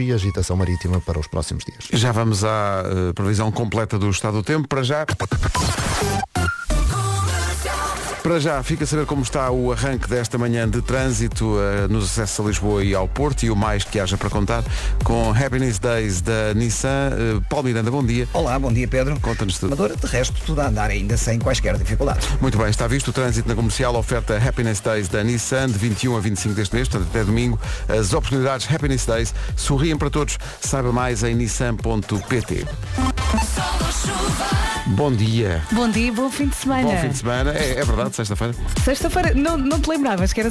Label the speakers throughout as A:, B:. A: e agitação marítima para os próximos dias.
B: Já vamos à eh, previsão completa do estado do tempo. Para já. Para já, fica a saber como está o arranque desta manhã de trânsito eh, nos acessos a Lisboa e ao Porto e o mais que haja para contar com Happiness Days da Nissan. Eh, Paulo Miranda, bom dia.
C: Olá, bom dia Pedro.
B: Conta-nos tudo.
C: Amadora, de resto, tudo a andar ainda sem quaisquer dificuldades.
B: Muito bem, está visto o trânsito na comercial, oferta Happiness Days da Nissan, de 21 a 25 deste mês, portanto até domingo. As oportunidades Happiness Days sorriem para todos. Saiba mais em nissan.pt. Bom dia.
D: Bom dia, bom fim de semana.
B: Bom fim de semana. É, é verdade, sexta-feira?
D: Sexta-feira, não, não te lembravas que era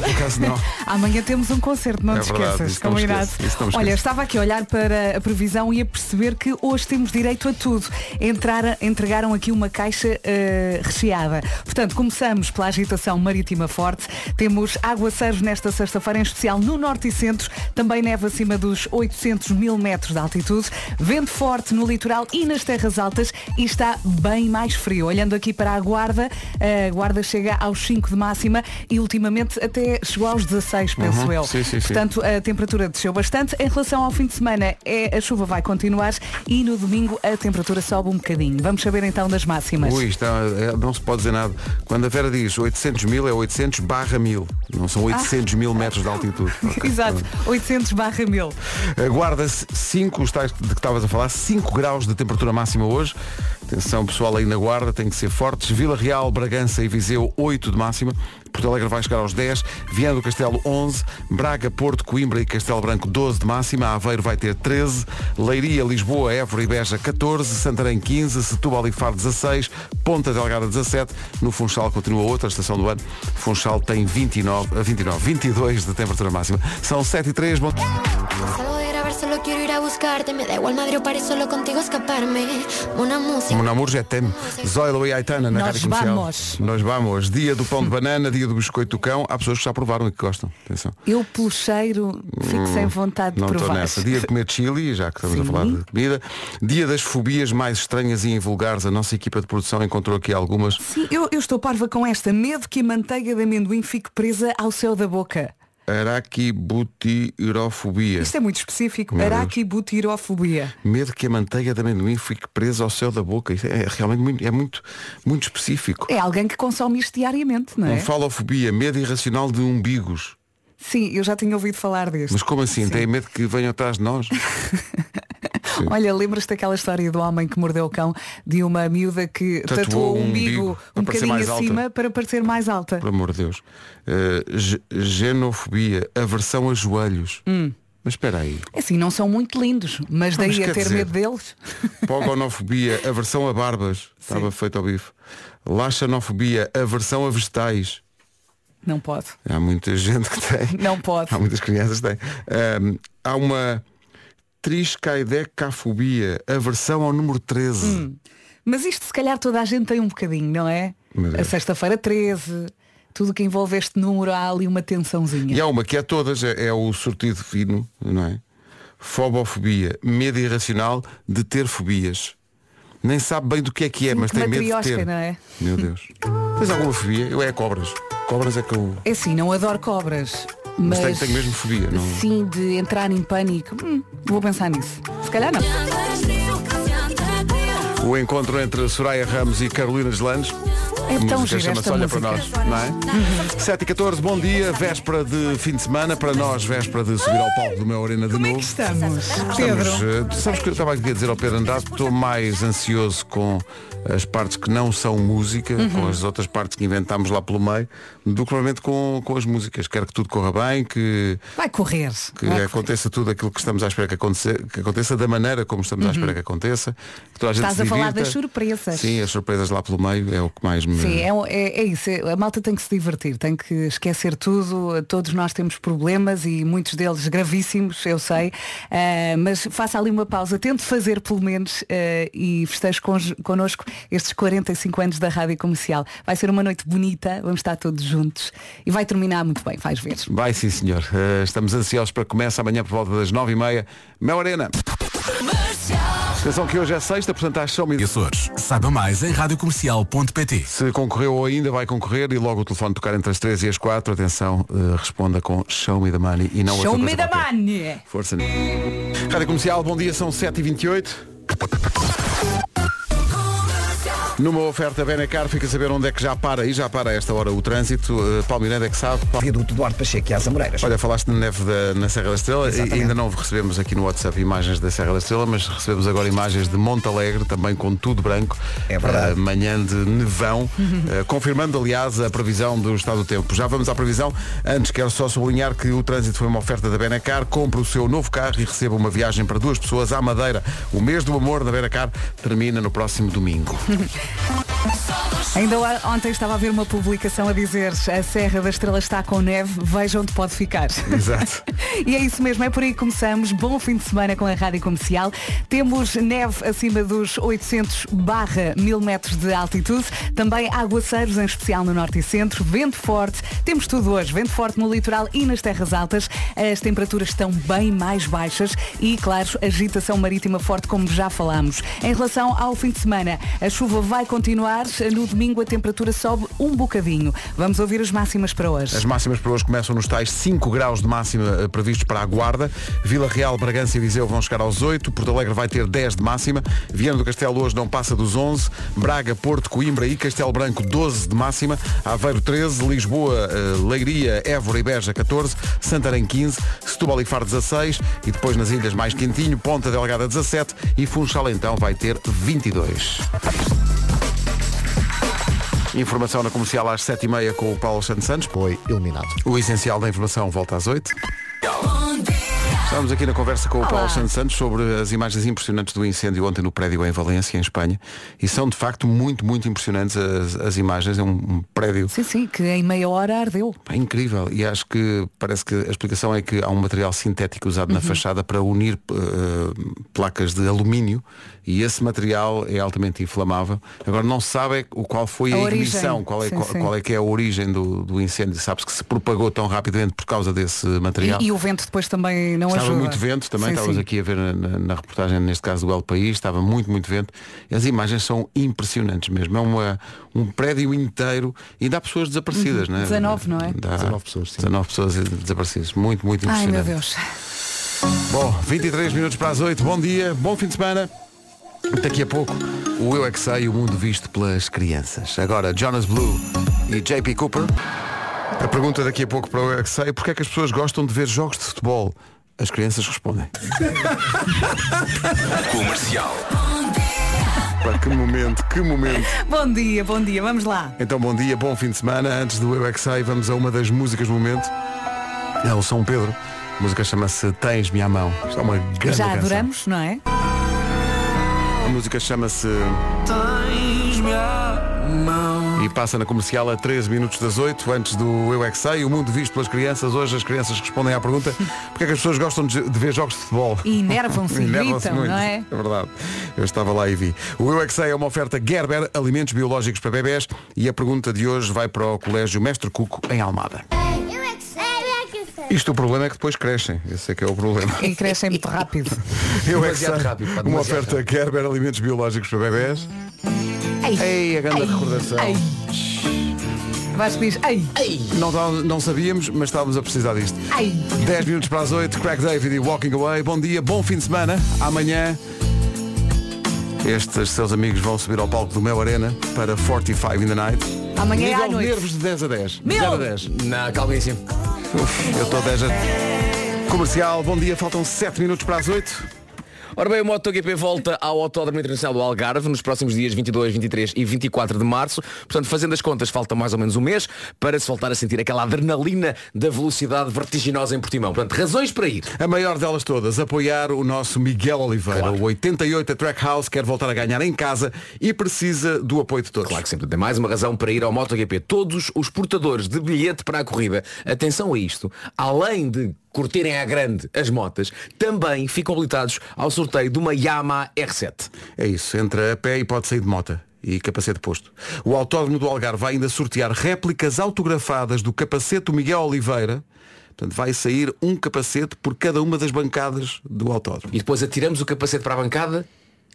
B: Não, por acaso não.
D: Amanhã temos um concerto, não
B: É
D: te
B: verdade,
D: esqueças,
B: isso não me
D: combinado.
B: esqueço, isso não me
D: Olha,
B: esqueço.
D: estava aqui a olhar para a previsão e a perceber que hoje temos direito a tudo. Entrar, entregaram aqui uma caixa eh, recheada. Portanto, começamos pela agitação marítima forte. Temos aguaceiros nesta sexta-feira, em especial no norte e centro. Também neve acima dos 800 mil metros de altitude. Vento forte no litoral e nas terras altas. E está bem mais frio. Olhando aqui para a Guarda, a Guarda chega aos 5 de máxima e ultimamente até chegou aos 16, penso
B: Uhum,
D: eu.
B: sim, sim, sim.
D: Portanto, a temperatura desceu bastante. Em relação ao fim de semana, é, a chuva vai continuar e no domingo a temperatura sobe um bocadinho. Vamos saber então das máximas.
B: Ui, está, é, não se pode dizer nada. Quando a Vera diz 800 mil, é 800 barra mil. Não são 800 mil metros de altitude. Ok,
D: Exato, 800 barra 1000.
B: Eh, Guarda-se 5, os tais de que estavas a falar, 5 graus de temperatura máxima hoje. Atenção pessoal aí na guarda, tem que ser fortes. Vila Real, Bragança e Viseu 8 de máxima. Porto Alegre vai chegar aos 10, Viana do Castelo 11, Braga, Porto, Coimbra e Castelo Branco 12 de máxima, Aveiro vai ter 13, Leiria, Lisboa, Évora e Beja 14, Santarém 15, Setúbal e Faro 16, Ponta Delgada 17, no Funchal continua outra estação do ano, Funchal tem 29, a 29, 22 de temperatura máxima. São 7 e 3, bom...
E: Salgo de grabar, solo quiero ir a buscarte. Me da igual Madrid o París, solo contigo escaparme. Una música.
B: Mon amor já tem Zoilo e Aitana na
D: Nós
B: Rádio Comercial.
D: vamos.
B: Nós vamos. Dia do pão de banana, dia do biscoito do cão. Há pessoas que já provaram e que gostam. Atenção.
D: Eu pelo cheiro fico sem vontade de
B: Hum, Não estou
D: provar.
B: nessa. Dia de comer chili, já que estamos a
D: Sim.
B: falar de comida. Dia das fobias mais estranhas e invulgares. A nossa equipa de produção encontrou aqui algumas.
D: Sim, eu, eu estou parva com esta. Medo que a manteiga de amendoim fique presa ao céu da boca.
B: Araquibutirofobia.
D: Isto é muito específico.
B: Meu Deus.
D: Araquibutirofobia.
B: Medo que a manteiga de amendoim fique presa ao céu da boca. Isto é realmente muito, é muito, muito específico.
D: É alguém que consome isto diariamente, não é?
B: Onfalofobia, medo irracional de umbigos.
D: Sim, eu já tinha ouvido falar deste.
B: Mas como assim?
D: Sim.
B: Tem medo que venham atrás de nós?
D: Olha, lembras-te daquela história do homem que mordeu o cão de uma miúda que
B: Tatuou
D: tatuou,
B: um
D: o
B: umbigo
D: umbigo
B: para
D: um
B: parecer
D: bocadinho
B: mais alta.
D: acima para parecer mais alta?
B: Por amor de Deus. Uh, ge- genofobia, aversão a joelhos. Mas espera aí.
D: Assim, não são muito lindos,
B: Ah,
D: mas
B: Mas
D: daí
B: quer
D: a ter
B: dizer-
D: medo deles.
B: Pogonofobia, aversão a barbas. Estava feito ao bife. Laxanofobia, aversão a vegetais.
D: Não pode.
B: Há muita gente que tem.
D: Não pode.
B: Há muitas crianças que têm. Um, há uma triscaidecafobia, aversão ao número 13.
D: Mas isto se calhar toda a gente tem um bocadinho, não é?
B: Meu Deus.
D: A sexta-feira 13, tudo que envolve este número há ali uma tensãozinha.
B: E há uma que é todas, é, é o sortido fino, não é? Fobofobia, medo irracional de ter fobias. Nem sabe bem do que é que é,
D: Sim,
B: mas
D: que
B: tem medo de
D: matriosca,
B: ter.
D: não é?
B: Meu Deus. Tens alguma fobia? Eu é cobras. Cobras é que eu.
D: É assim, não adoro cobras.
B: Mas,
D: Mas,
B: tenho, tenho mesmo fobia. Não...
D: Sim, de entrar em pânico. Hum, vou pensar nisso. Se calhar não. É
B: O encontro entre Soraya Ramos e Carolina Deslandes.
D: É
B: A
D: tão
B: música
D: gira
B: chama-se
D: esta
B: Olha
D: música.
B: para nós, não é? 7 e 14, bom dia, véspera de fim de semana, para nós, véspera de subir ao palco do meu Arena de
D: Como é
B: novo.
D: que estamos? Pedro.
B: Estamos, eh, sabes que eu estava aqui a dizer ao Pedro Andrade Estou mais ansioso com as partes que não são música
D: Uhum.
B: Com as outras partes que inventámos lá pelo meio Do que provavelmente com, com as músicas Quero que tudo corra bem Que,
D: Vai correr.
B: que é
D: Vai correr.
B: aconteça tudo aquilo que estamos à espera que, aconteça, que aconteça Da maneira como estamos à espera que aconteça que toda a gente
D: Uhum. Estás
B: se
D: a falar
B: divirta.
D: das surpresas.
B: Sim, as surpresas lá pelo meio É o que mais me...
D: Sim, é, um- é- é isso. é- A malta tem que se divertir, tem que esquecer tudo. Todos nós temos problemas e muitos deles gravíssimos, eu sei. Ah, mas faça ali uma pausa, tente fazer pelo menos ah, e festeje conj- connosco estes 45 anos da Rádio Comercial. Vai ser uma noite bonita, vamos estar todos juntos e vai terminar muito bem, vais ver.
B: Vai sim senhor Eh, Estamos ansiosos para que comece amanhã por volta das 9h30 Mel Arena Atenção que hoje é sexta, portanto às são
F: Açores. Saiba mais em radiocomercial.pt.
B: Se concorreu ou ainda vai concorrer e logo o telefone tocar entre as 3 e as 4, atenção, eh, responda com show me the money e não
D: Show
B: outra
D: me
B: coisa
D: the
B: qualquer.
D: money!
B: Força nisso. Rádio Comercial, bom dia, são 7h28. Numa oferta Benacar, fica a saber onde é que já para e já para a esta hora o trânsito. Eh, Paulo Miranda é que sabe. Paulo-
C: Viaduto Duarte Pacheco e às Amoreiras.
B: Olha, falaste de neve da- na Serra da Estrela e
C: Exatamente.
B: ainda não recebemos aqui no WhatsApp imagens da Serra da Estrela, mas recebemos agora imagens de Monte Alegre, também com tudo branco.
C: É verdade.
B: Eh, manhã de nevão, eh, confirmando, aliás, a previsão do estado do tempo. Já vamos à previsão. Antes, quero só sublinhar que o trânsito foi uma oferta da Benacar. Compre o seu novo carro e receba uma viagem para duas pessoas à Madeira. O mês do amor da Benacar termina no próximo domingo.
D: Ainda lá- ontem estava a ver uma publicação a dizer a Serra da Estrela está com neve, veja onde pode ficar.
B: Exato.
D: E é isso mesmo, é por aí que começamos. Bom fim de semana com a Rádio Comercial. Temos neve acima dos 800 barra 1000 metros de altitude. Também aguaceiros, em especial no norte e centro. Vento forte. Temos tudo hoje. Vento forte no litoral e nas terras altas. As temperaturas estão bem mais baixas e, claro, agitação marítima forte, como já falámos. Em relação ao fim de semana, a chuva vai continuar. No domingo a temperatura sobe um bocadinho. Vamos ouvir as máximas para hoje.
B: As máximas para hoje começam nos tais 5 graus de máxima eh, previstos para a Guarda. Vila Real, Bragança e Viseu vão chegar aos 8. Porto Alegre vai ter 10 de máxima. Viana do Castelo hoje não passa dos 11. Braga, Porto, Coimbra e Castelo Branco 12 de máxima. Aveiro 13. Lisboa, eh, Leiria, Évora e Beja 14. Santarém 15. Setúbal e Faro 16. E depois nas ilhas mais quentinho, Ponta Delgada 17. E Funchal então vai ter 22. Informação na comercial às 7h30 com o Paulo Santos Santos.
A: Foi eliminado.
B: O essencial da informação volta às 8. Estamos aqui na conversa com o Paulo Santos Santos sobre as imagens impressionantes do incêndio ontem no prédio em Valência, em Espanha. E são de facto muito, muito impressionantes as, as imagens. É um, um prédio
D: Sim, sim, que em meia hora ardeu.
B: pá, É incrível. E acho que parece que a explicação é que há um material sintético usado
D: Uhum.
B: na fachada para unir eh, placas de alumínio e esse material é altamente inflamável. Agora não se sabe é o qual foi
D: A
B: a,
D: origem.
B: ignição, qual é,
D: Sim,
B: qual,
D: sim.
B: qual é que é a origem do, do incêndio. Sabes que se propagou tão rapidamente por causa desse material.
D: E, e o vento depois também não
B: Estava
D: ajuda.
B: muito vento também,
D: Sim,
B: estavas
D: sim.
B: aqui a ver na, na- na reportagem, neste caso do El País, estava muito, muito vento. As imagens são impressionantes mesmo. É uma- um prédio inteiro e dá pessoas desaparecidas, né?
D: 19, não é?
B: Dá
A: 19 pessoas, sim.
B: 19 pessoas desaparecidas. Muito, muito
D: Ai
B: impressionante.
D: meu Deus.
B: Bom, 23 minutos para as 8. Bom dia, bom fim de semana. Daqui a pouco, o Eu É Que Sei, o mundo visto pelas crianças. Agora, Jonas Blue e JP Cooper. A pergunta daqui a pouco para o Eu É Que Sei, porquê é que as pessoas gostam de ver jogos de futebol? As crianças respondem.
F: Comercial.
B: Pá, que momento, que momento.
D: Bom dia, bom dia, vamos lá.
B: Então bom dia, bom fim de semana. Antes do Eu é Que Sei, vamos a uma das músicas do momento. É o São Pedro. A música chama-se Tens Minha Mão. Isto é uma grande
D: Já
B: canção.
D: adoramos, não é?
B: A música chama-se e passa na comercial a 13 minutos das 8, antes do Eu é Que Sei, o mundo visto pelas crianças. Hoje as crianças respondem à pergunta porque é que as pessoas gostam de de ver jogos de futebol.
D: E enervam-se, e
B: Enervam-se
D: gritam,
B: muito.
D: não é?
B: É verdade. Eu estava lá e vi. O Eu é Que Sei é uma oferta Gerber, alimentos biológicos para bebés. E a pergunta de hoje vai para o Colégio Mestre Cuco, em Almada.
E: Eu é que sei, eu é que sei.
B: Isto o problema é que depois crescem. Esse é que é o problema.
D: E crescem muito rápido.
B: Eu é que sei.
A: Demasiado rápido, pá,
B: Uma
A: demasiado
B: oferta Gerber, alimentos biológicos para bebés. Ei, a grande recordação.
D: Ei. Vasco diz, ei,
B: Não, tá- não sabíamos, mas estávamos a precisar disto.
D: ei.
B: 10 minutos para as 8, Craig David e Walking Away. Bom dia, bom fim de semana. Amanhã estes seus amigos vão subir ao palco do Mel Arena para 45 in the Night.
D: Amanhã é
B: Nível
D: à noite.
B: nervos de 10 a 10.
D: Meu!
B: 0 a 10.
A: Na calvície.
B: Uf, eu estou 10 a Comercial, bom dia, faltam 7 minutos para as 8.
G: Ora bem, o MotoGP volta ao Autódromo Internacional do Algarve nos próximos dias 22, 23 e 24 de março. Portanto, fazendo as contas, falta mais ou menos um mês para se voltar a sentir aquela adrenalina da velocidade vertiginosa em Portimão. Portanto, razões para ir.
B: A maior delas todas, apoiar o nosso Miguel Oliveira. O 88 a Track House quer voltar a ganhar em casa e precisa do apoio de todos.
G: Claro que sempre tem mais uma razão para ir ao MotoGP. Todos os portadores de bilhete para a corrida, atenção a isto, além de curtirem à grande as motas, também ficam habilitados ao sorteio de uma Yamaha R7.
B: É isso, entra a pé e pode sair de mota e capacete posto. O Autódromo do Algarve vai ainda sortear réplicas autografadas do capacete do Miguel Oliveira. Portanto, vai sair um capacete por cada uma das bancadas do autódromo.
G: E depois atiramos o capacete para a bancada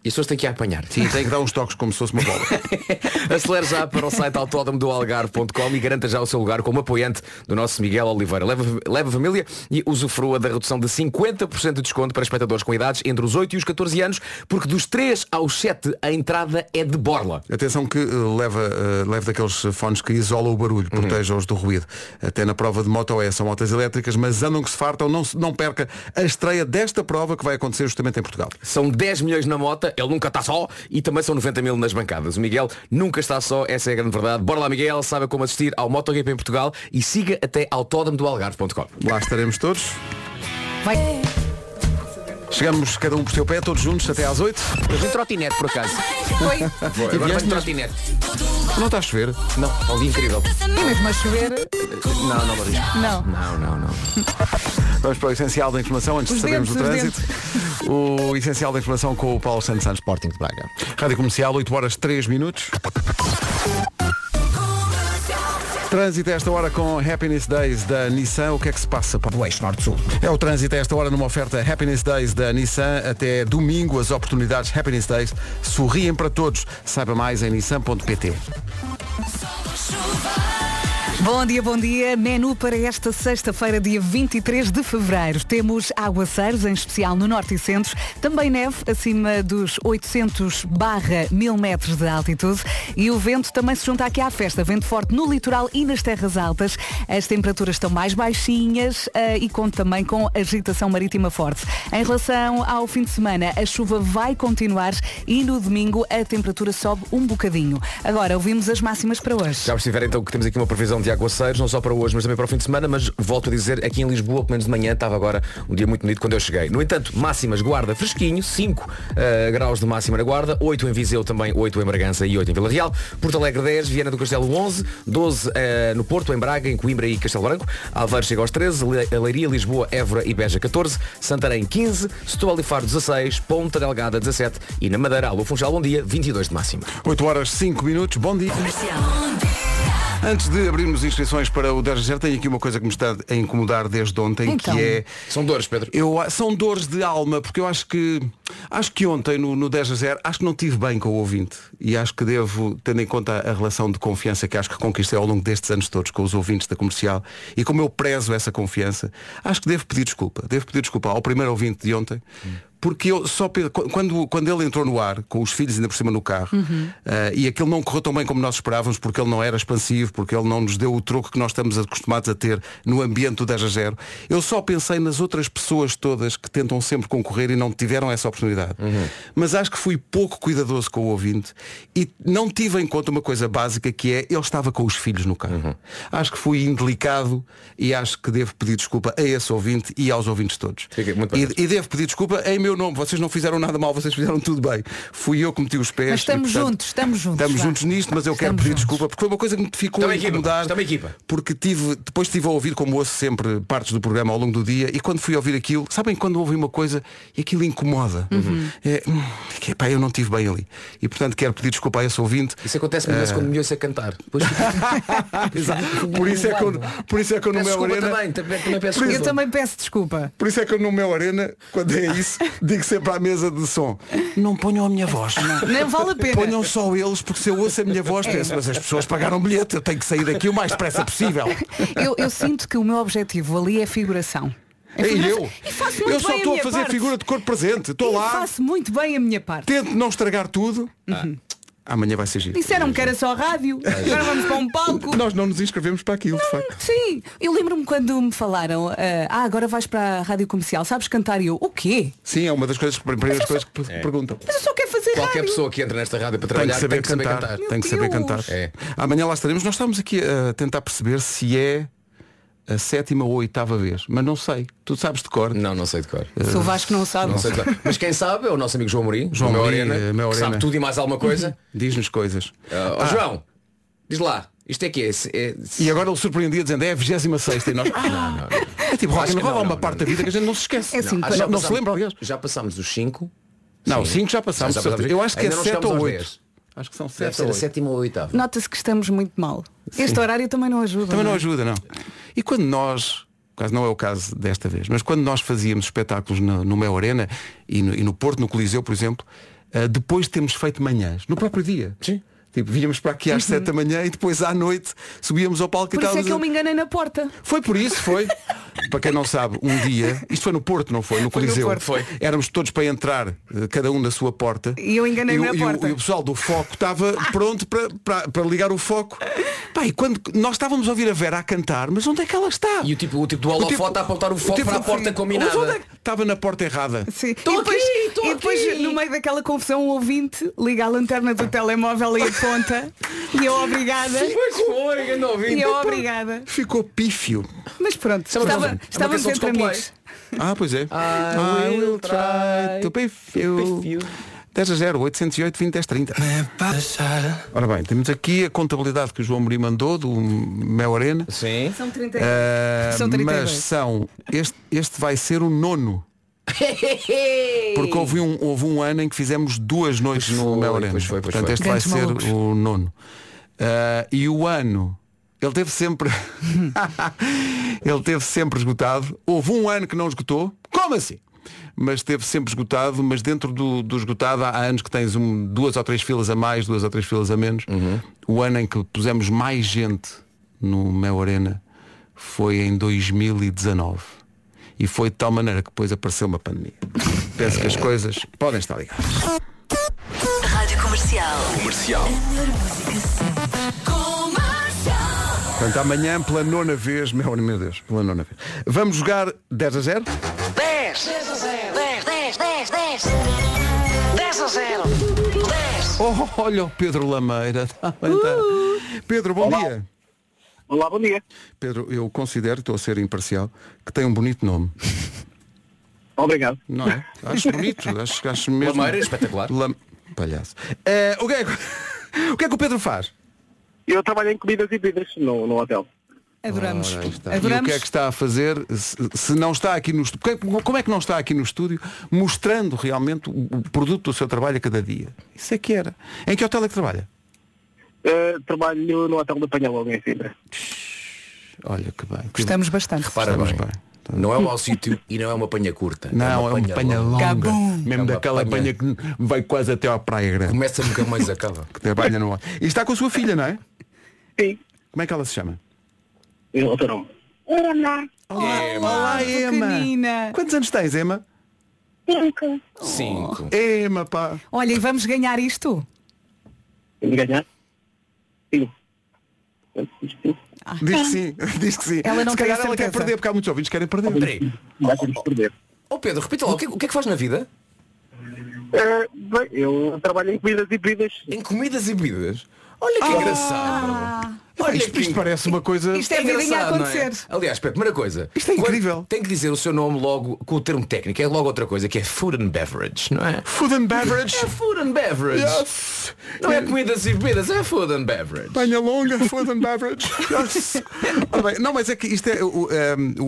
G: E as pessoas têm que a apanhar.
B: Sim, tem que dar uns toques como se fosse uma bola.
G: Acelere já para o site autódromo do Algarve.com e garanta já o seu lugar como apoiante do nosso Miguel Oliveira. Leva, leva a família e usufrua da redução de 50% de desconto para espectadores com idades entre os 8 e os 14 anos, porque dos 3 aos 7 a entrada é de borla.
B: Atenção que eh, leva, eh, leva daqueles fones que isolam o barulho, protejam-os do ruído. Até na prova de moto é, são motas elétricas, mas andam que se fartam, não, se- não perca a estreia desta prova que vai acontecer justamente em Portugal.
G: São 10 milhões na mota, ele nunca está só e também são 90 mil nas bancadas. O Miguel nunca está só, essa é a grande verdade. Bora lá, Miguel, saiba como assistir ao MotoGP em Portugal e siga até autódromo do Algarve.com.
B: Lá estaremos todos.
D: Vai.
B: Chegamos cada um por seu pé, todos juntos, até às 8.
G: Eu vim de trotinete, por acaso.
D: Foi.
G: Agora
B: Agora
G: venho de
B: vinhas-
G: trotinete.
B: Não está a chover?
G: Não, é um dia incrível.
D: E mesmo a chover,
G: Não, não, Maria.
D: não.
G: Não, não, não.
B: Vamos para o essencial da informação antes de
D: Os
B: sabermos do
D: dentes, os
B: trânsito. O essencial da informação com o Paulo Santos Santos Sporting de Braga. Rádio Comercial, 8 horas 3 minutos. Trânsito a esta hora com Happiness Days da Nissan. O que é que se passa, Paulo?
C: do eixo norte-sul.
B: É o trânsito a esta hora numa oferta Happiness Days da Nissan. Até domingo as oportunidades Happiness Days sorriem para todos. Saiba mais em nissan.pt.
D: Bom dia, bom dia. Menu para esta sexta-feira, dia 23 de fevereiro. Temos aguaceiros, em especial no norte e centro. Também neve, acima dos 800 barra 1000 metros de altitude. E o vento também se junta aqui à festa. Vento forte no litoral e nas terras altas. As temperaturas estão mais baixinhas eh, e conta também com agitação marítima forte. Em relação ao fim de semana, a chuva vai continuar e no domingo a temperatura sobe um bocadinho. Agora, ouvimos as máximas para hoje.
G: Já perceberam então que temos aqui uma previsão de aguaceiros, não só para hoje, mas também para o fim de semana, mas volto a dizer, aqui em Lisboa, pelo menos de manhã, estava agora um dia muito bonito quando eu cheguei. No entanto, máximas guarda fresquinho, 5 eh, graus de máxima na guarda, 8 em Viseu também, 8 em Bragança e 8 em Vila Real, Porto Alegre 10, Viana do Castelo 11, 12 eh, no Porto, em Braga, em Coimbra e Castelo Branco, Alvaro chega aos 13, Le- eh, Leiria, Lisboa, Évora e Beja 14, Santarém 15, Setúbal e Faro 16, Ponta Delgada 17 e na Madeira, Alô Funchal, bom dia, 22 de máxima.
B: 8 horas 5 minutos, bom dia. Antes de abrirmos inscrições para o 10 tenho aqui uma coisa que me está a incomodar desde ontem,
D: Então.
B: que é.
G: São dores, Pedro.
B: Eu, a- são dores de alma, porque eu acho que acho que ontem no, no 10 a 0 acho que não tive bem com o ouvinte e acho que devo, tendo em conta a relação de confiança que acho que conquistei ao longo destes anos todos com os ouvintes da comercial e como eu prezo essa confiança, acho que devo pedir desculpa. Devo pedir desculpa ao primeiro ouvinte de ontem. Porque eu só pe- qu- quando, quando ele entrou no ar, com os filhos ainda por cima no carro, eh, e aquilo não correu tão bem como nós esperávamos, porque ele não era expansivo, porque ele não nos deu o troco que nós estamos acostumados a ter no ambiente do 10 a 0, eu só pensei nas outras pessoas todas que tentam sempre concorrer e não tiveram essa oportunidade.
G: Uhum.
B: Mas acho que fui pouco cuidadoso com o ouvinte e não tive em conta uma coisa básica que é ele estava com os filhos no carro.
G: Uhum.
B: Acho que fui indelicado e acho que devo pedir desculpa a esse ouvinte e aos ouvintes todos.
G: Fica muito bem.
B: E- e devo pedir desculpa em meu nome. Vocês não fizeram nada mal, vocês fizeram tudo bem. Fui eu que meti os pés.
D: Mas estamos
B: e, portanto,
D: juntos, estamos juntos,
B: Estamos
D: vá.
B: juntos nisto, mas eu quero
D: Estamos
B: pedir
D: juntos.
B: desculpa porque foi uma coisa que me ficou
G: Estamos
B: a
G: em equipa,
B: incomodar.
G: estamos em equipa.
B: Porque tive, depois estive a ouvir, como ouço sempre, partes do programa ao longo do dia e quando fui ouvir aquilo, sabem quando ouvi uma coisa e aquilo incomoda.
D: Uhum.
B: É, hum, que, pá, eu não estive bem ali. E portanto quero pedir desculpa a esse ouvinte.
G: Isso acontece muitas
B: É.
G: vezes quando me ouço a cantar. Depois fico-
B: Exato. por, isso é que eu, por isso é que eu no
G: Peço
B: meu
G: desculpa
B: arena.
G: também, também, também peço
D: Eu
G: desculpa.
D: também peço desculpa.
B: Por isso é que eu no meu arena, quando é isso, digo sempre à mesa de som, não ponham a minha voz.
D: Nem vale a pena.
B: Ponham só eles, porque se eu ouço a minha voz, penso, mas as pessoas pagaram bilhete, eu tenho que sair daqui o mais depressa possível.
D: Eu, eu sinto que o meu objetivo ali é figuração. É
B: E
D: figuração.
B: eu?
D: E faço muito
B: Eu só
D: bem
B: estou a
D: minha
B: fazer
D: parte.
B: figura de corpo presente. Estou
D: E
B: lá,
D: faço Uhum. muito bem a minha parte.
B: tento não estragar tudo. Ah, Amanhã vai ser giro.
D: Disseram que era só rádio, agora vamos para um palco.
B: Nós É. não nos inscrevemos para aquilo, de facto.
D: Sim, eu lembro-me quando me falaram, ah, ah, agora vais para a rádio comercial, sabes cantar? E eu, o quê?
B: Sim, é uma das coisas, primeiras coisas que per- perguntam.
D: Mas eu só quero fazer
G: Qualquer
D: rádio.
G: pessoa que entra nesta rádio para
B: Tem que
G: trabalhar
B: saber cantar.
D: Meu
B: Tem que saber
D: Deus.
B: cantar.
G: É.
B: Amanhã lá estaremos. Nós estamos aqui a tentar perceber se é a sétima ou a oitava vez. Mas não sei. Tu sabes de cor.
G: Não, não sei de cor.
D: Se o Vasco não sabe.
G: Não sei de cor. Mas quem sabe é o nosso amigo João Mourinho,
B: João
G: meu
B: Mourinho,
G: Arena,
B: eh, meu
G: que
B: Arena.
G: sabe tudo e mais alguma coisa.
B: Diz-nos coisas.
G: Ah, ó, João, diz lá, isto é que é, se- é- se-
B: E agora ele surpreendia dizendo é a 26 e nós. Ah, É tipo rock
G: Acho
B: and
G: que
B: roll,
G: não,
B: há uma
G: não,
B: parte da
G: não.
B: vida que a gente não se esquece.
D: É assim,
B: não,
D: quando-
B: não-
G: já
B: não se
G: passámos-
B: lembra, aliás.
G: Já passámos os 5.
B: Não, 5 já passámos.
G: Já passámos.
B: Eu acho que
G: Ainda
B: é
G: não
B: 7
G: chegámos
B: ou
G: aos
B: 8.
G: 10.
B: Acho que são 7
G: Deve ser
B: ou
G: a
B: 8.
G: sétima ou a oitava.
D: Nota-se que estamos muito mal. Este horário também não ajuda.
B: Também não
D: é?
B: ajuda, não. E quando nós, caso não é o caso desta vez, mas quando nós fazíamos espetáculos no, no Mel Arena e no, e no Porto, no Coliseu, por exemplo, ah, depois de termos feito manhãs, no próprio dia.
G: Sim.
B: Tipo, vínhamos para aqui às sete da manhã e depois à noite subíamos ao palco
D: Uhum. Por
B: e
D: isso é
B: estávamos
D: que eu
B: a-
D: me enganei na porta.
B: foi por isso, foi. para quem não sabe, um dia, isto foi no Porto, não foi? No
D: no
B: Coliseu.
D: Porto.
G: Foi.
B: Éramos todos para entrar, eh, cada um da sua porta.
D: E eu enganei-me
B: o-
D: na
B: e o-
D: porta.
B: E o pessoal do foco estava pronto para, para, para ligar o foco. Pá, e quando nós estávamos a ouvir a Vera a cantar, mas onde é que ela está?
G: E o tipo- o tipo do holofote a apontar o foco
B: tipo
G: para a porta combinada.
B: Mas onde é que- Estava na porta errada.
D: Sim.
G: Tô
D: e depois,
G: aqui, tô
D: e depois
G: aqui.
D: no meio daquela confusão, o ouvinte liga a lanterna do telemóvel e aponta. e eu obrigada.
G: Pois foi, grande ouvinte.
D: E eu obrigada.
B: Ficou pífio.
D: Mas pronto,
G: Então, é uma
D: estava-
G: canção- é uma
D: estávamos
G: canção dos
D: entre
G: Coldplay.
D: amigos.
B: Ah, pois é. I,
G: will try
B: to be
G: be few.
B: 10 a 0, 808, 20, 10, 30. Ora bem, temos aqui a contabilidade que o João Mori mandou do Mel Arena.
G: Sim.
D: São 30
B: Ah,
D: São 32.
B: mas são. Este, este vai ser o nono. Porque houve um, houve um ano em que fizemos duas noites
G: Pois
B: no
G: foi,
B: Mel Arena.
G: pois foi, pois
B: Portanto,
G: foi.
B: este
D: Grandes
B: vai ser
D: malucos.
B: o nono. Ah, e o ano. Ele teve sempre. ele teve sempre esgotado. Houve um ano que não esgotou. Como assim? Mas teve sempre esgotado, mas dentro do, do esgotado há anos que tens um- duas ou três filas a mais, duas ou três filas a menos. O ano em que pusemos mais gente no Mel Arena foi em 2019. E foi de tal maneira que depois apareceu uma pandemia. Penso que as coisas podem estar ligadas.
H: Rádio Comercial.
F: Comercial.
B: Portanto, amanhã, pela nona vez, meu, meu Deus, pela nona vez. Vamos jogar 10 a 0.
H: 10, 10, 10, 10, 10. 10 a 0. 10.
B: Oh, olha o Pedro Lameira. Tá bem, tá.
G: Uh!
B: Pedro, bom dia.
I: Olá, bom dia.
B: Pedro, eu considero, estou a ser imparcial, que tem um bonito nome.
I: Obrigado.
B: Não é? Acho bonito, acho, acho mesmo.
G: Lameira, é espetacular.
B: Lam- Palhaço. Eh, o, que é que, o que é que o Pedro faz?
I: Eu trabalho em comidas e bebidas no, no hotel.
D: Adoramos.
B: Ora, aí está. E o
D: Adoramos.
B: que é que está a fazer se, se não está aqui no estúdio? Como é que não está aqui no estúdio mostrando realmente o o produto do seu trabalho a cada dia? Isso é que era. Em que hotel é que trabalha?
I: Eh, trabalho no hotel do Panhalonga em Sintra.
B: Olha que bem. Que
D: Gostamos bastante.
G: Para
B: Estamos
G: bem.
B: bem.
G: Não é um mau sítio e não é uma panha curta.
B: Não, é um panha longa.
D: Cabum.
B: Mesmo
G: É uma
B: daquela panha
G: panha.
B: que vai quase até à Praia Grande.
G: Começa nunca mais acaba.
B: Que trabalha no ar. E está com a sua filha, não é?
I: Sim.
B: Como é que ela se chama?
I: Em outro nome.
B: Olá,
D: pequenina.
B: Quantos anos tens, Emma?
G: Cinco.
B: Emma, pá.
D: Olha, e vamos ganhar isto?
I: Vamos ganhar? Sim.
B: Diz que sim, diz que sim.
D: Ela não
B: se
D: tem a
B: calhar ela quer
D: certeza.
B: perder, porque há muitos ouvintes que querem perder.
G: Peraí.
I: Vai ter que perder.
G: Ó Pedro, repita lá, o que, o que é que faz na vida?
I: Eh, bem, eu trabalho em comidas e bebidas.
G: Em comidas e bebidas. Olha que engraçado. Olha
B: Isto,
G: que
B: isto parece uma coisa.
D: Isto é vidinha a
G: engraçado, não é?
D: acontecer.
G: Aliás, espera, primeira coisa.
B: Isto é
G: Quando-
B: incrível.
G: Tem que dizer o seu nome logo com o termo técnico. É logo outra coisa, que é food and beverage, não é?
B: Food and beverage.
G: É food and beverage.
B: Yes.
G: Não é comidas e bebidas, é food and beverage.
B: Panha longa, food and beverage. Yes. Ora bem, não, mas é que isto é. O,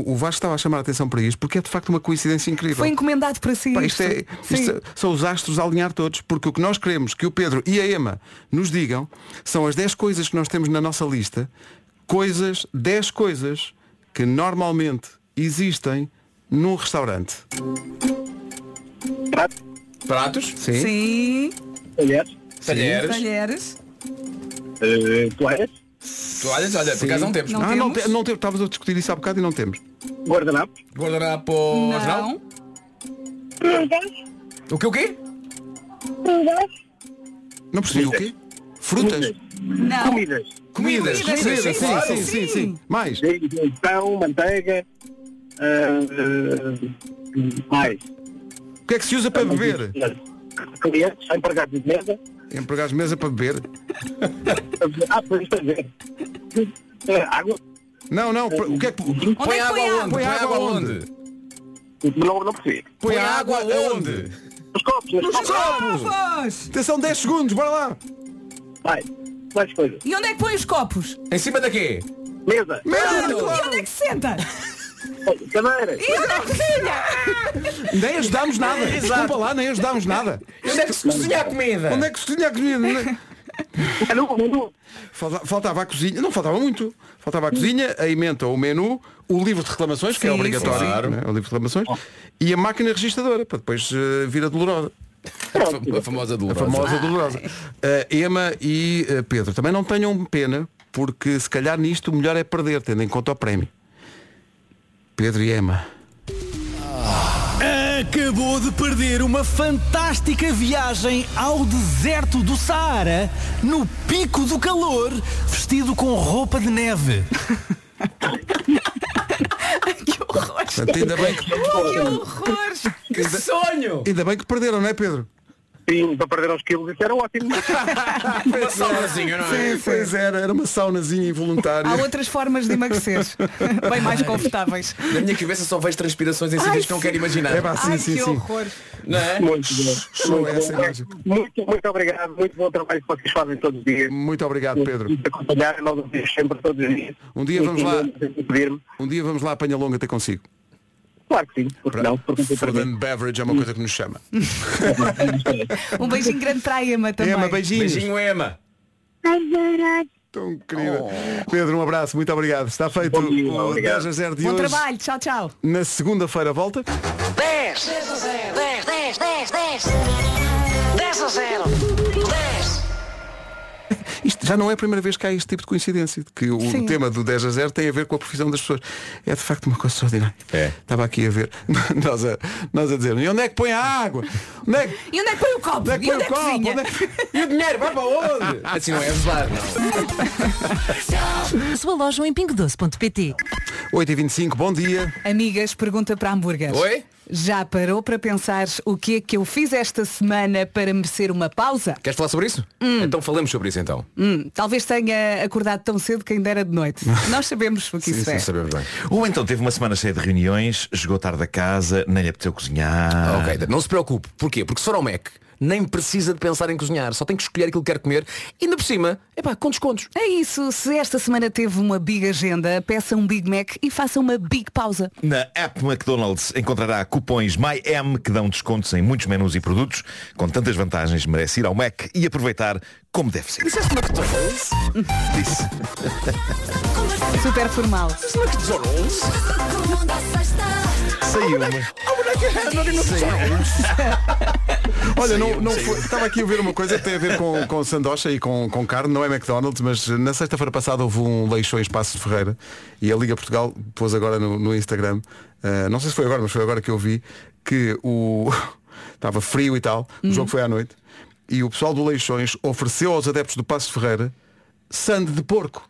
B: um, o Vasco estava a chamar a atenção para isto, porque é de facto uma coincidência incrível.
D: Foi encomendado para si.
B: Pá, isto é-
D: Sim.
B: isto é- são os astros a alinhar todos, porque o que nós queremos que o Pedro e a Ema nos digam são as 10 coisas que nós temos na nossa lista, coisas, 10 coisas que normalmente existem num restaurante.
I: Prato,
G: Pratos,
D: Sim.
I: talheres,
G: talheres,
D: Talheres.
I: eh, toalhas,
G: toalhas, olha, por acaso é um não temos.
D: Não
B: ah, não,
D: temos?
B: te- não temos. Estavas a discutir isso há bocado e não temos.
I: guardanapos,
G: Guardanapo, não.
D: Não.
G: O que o quê?
B: Não percebi o quê? Frutas?
D: Não.
I: comidas,
G: Comidas,
D: Comidas,
G: comidas,
D: sim,
G: claro.
D: sim, sim.
B: Mais?
I: eh, pão, manteiga, eh, mais. eh,
B: O que é que se usa para beber?
I: Clientes, empregados de mesa.
B: Empregados de mesa para beber?
I: Ah, pois, pois é. Eh, Água,
B: Não, não. pra- O que é que...
D: Onde
G: Põe
D: é que
G: água
D: foi a
G: aonde?
D: água?
G: Põe água
B: aonde?
G: aonde?
I: não, não percebi.
B: Põe a água aonde?
I: Os copos, os copos.
B: Copo!
D: Copos!
B: Atenção, 10 segundos, bora lá!
I: Mais, mais coisas.
D: E onde é que põe os copos?
G: Em cima da quê?
I: Mesa,
D: E onde é que se senta?
I: cadeira,
D: E onde é que cozinha?
B: Nem ajudámos nada. Desculpa lá, nem ajudámos nada.
G: Onde é que se cozinha a comida?
B: Onde é que se tinha a cozinha? Onde é-
I: menu, menu,
B: Falta- Faltava a cozinha, não faltava muito. Faltava a cozinha, a emenda, o menu, o livro de reclamações, que é
D: Sim,
B: obrigatório,
G: sim.
B: né? o livro de reclamações, e a máquina registradora, para depois eh, vir a dolorosa.
G: A famosa
B: A
G: dolorosa.
B: famosa dolorosa. Eh, Ema e eh, Pedro, também não tenham pena, porque se calhar nisto o melhor é perder, tendo em conta o prémio. Pedro e Ema.
J: Acabou de perder uma fantástica viagem ao deserto do Saara, no pico do calor, vestido com roupa de neve.
D: Que horror!
B: Portanto, ainda, bem que,
D: Que horror!
G: Que sonho!
B: ainda bem que perderam, não é Pedro?
I: Sim, para perder uns quilos, isso era ótimo.
G: Uma saudazinha, não é?
B: Sim, pois era, era uma saunazinha involuntária.
D: Há outras formas de emagrecer, bem mais confortáveis.
G: Na minha cabeça só vejo transpirações em sítios que não quero imaginar.
B: É pá, sim,
D: Ai,
B: sim,
D: que
B: sim.
D: horror!
G: Não é?
I: Muito bom.
B: Show
I: muito,
B: essa
I: bom.
B: imagem.
I: muito, muito obrigado. Muito bom trabalho que vocês fazem todos os dias.
B: Muito obrigado, Pedro.
I: Nos acompanharem, nós ouvimos sempre todos os dias.
B: Um dia
I: E
B: vamos lá.
I: continuem a pedir-me.
B: Um dia vamos lá apanha longa até consigo.
I: Claro que sim, porque não, porque não
B: Food and beverage é uma coisa que nos chama.
D: Um beijinho grande para a Emma também.
B: Ema, beijinhos.
G: Beijinho, Emma.
B: Tão querida. Pedro, um abraço, muito obrigado. Está feito
I: Bom dia,
B: o
I: obrigado.
B: 10 a 0 de
D: Bom
B: hoje.
D: trabalho, tchau, tchau.
B: Na segunda-feira volta.
H: 10 a 0. 10, 10, 10, 10. 10 a 0. 10.
B: Isto já não é a primeira vez que há este tipo de coincidência, de que o
D: Sim.
B: tema do 10 a 0 tem a ver com a profissão das pessoas. É de facto uma coisa extraordinária.
G: É.
B: Estava aqui a ver, nós a, nós a dizer, e onde é que põe a água? Onde é que,
D: E onde é que põe o copo?
B: onde é que
D: e
B: põe o copo?
D: cozinha?
B: Onde é que-
G: E o dinheiro vai para onde? Assim não é verdade, não.
K: Sua loja em pingo12.pt
B: 8h25, bom dia.
D: Amigas, pergunta para hambúrguer.
G: Oi?
D: Já parou para pensar o que é que eu fiz esta semana para merecer uma pausa?
G: Queres falar sobre isso?
K: Hum.
G: Então falemos sobre isso então.
D: Hum, talvez tenha acordado tão cedo que ainda era de noite. Nós sabemos o que isso é.
G: Sabemos bem.
J: Ou então teve uma semana cheia de reuniões, chegou tarde a casa, nem lhe apeteceu cozinhar.
G: Ok, então, não se preocupe. Porquê? Porque se for ao Mac, nem precisa de pensar em cozinhar, só tem que escolher aquilo que quer comer. E ainda por cima, é pá, com descontos.
D: É isso, se esta semana teve uma big agenda, peça um Big Mac e faça uma big pausa.
J: Na app McDonald's encontrará cupons MyM que dão descontos em muitos menus e produtos. Com tantas vantagens, merece ir ao Mac e aproveitar como deve ser.
G: Disseste McDonald's?
J: Disse.
D: Super formal.
G: Disseste McDonald's?
D: é
J: Saiu.
D: né?
B: Olha, não, não foi- estava aqui a ver uma coisa que tem a ver com, com sandocha e com, com carne, não é McDonald's, mas na sexta-feira passada houve um leixão em Espaço de Ferreira e a Liga Portugal pôs agora no, no Instagram, ah, não sei se foi agora, mas foi agora que eu vi, que o estava frio e tal, o
G: Uhum.
B: jogo foi à noite, e o pessoal do Leixões ofereceu aos adeptos do Passo de Ferreira sande de porco.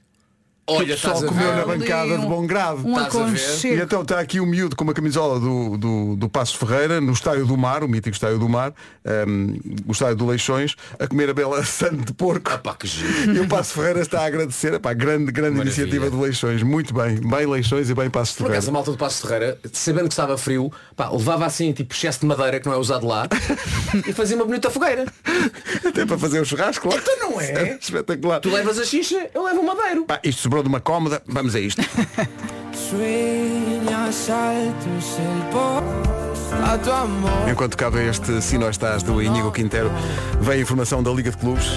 G: Olha,
B: o pessoal
G: estás a
B: comeu
G: ver.
B: na bancada de bom grado.
D: Um
G: Estás a ver?
B: E
D: aconchego.
B: então está aqui o miúdo com uma camisola do, do, do Passo Ferreira, no Estádio do Mar, o mítico Estádio do Mar, hum, o Estádio do Leixões, a comer a bela sande de porco.
G: Ah pá, que giro.
B: E o Passo Ferreira está a agradecer, Epá, grande, grande
G: Maravilha.
B: iniciativa do Leixões, muito bem, bem Leixões e bem Passo
G: Por acaso a
B: Ferreira.
G: malta do Passo Ferreira, sabendo que estava frio, pá, levava assim tipo excesso de madeira que não é usado lá e fazia uma bonita fogueira.
B: Até para fazer o churrasco, claro.
G: Então não é?
B: Espetacular.
G: Tu levas a xixa, eu levo o madeiro.
B: Pá, isto sobrou de uma cómoda, vamos a isto. Enquanto cava este Sino Estás do Inigo Quintero, vem a informação da Liga de Clubes.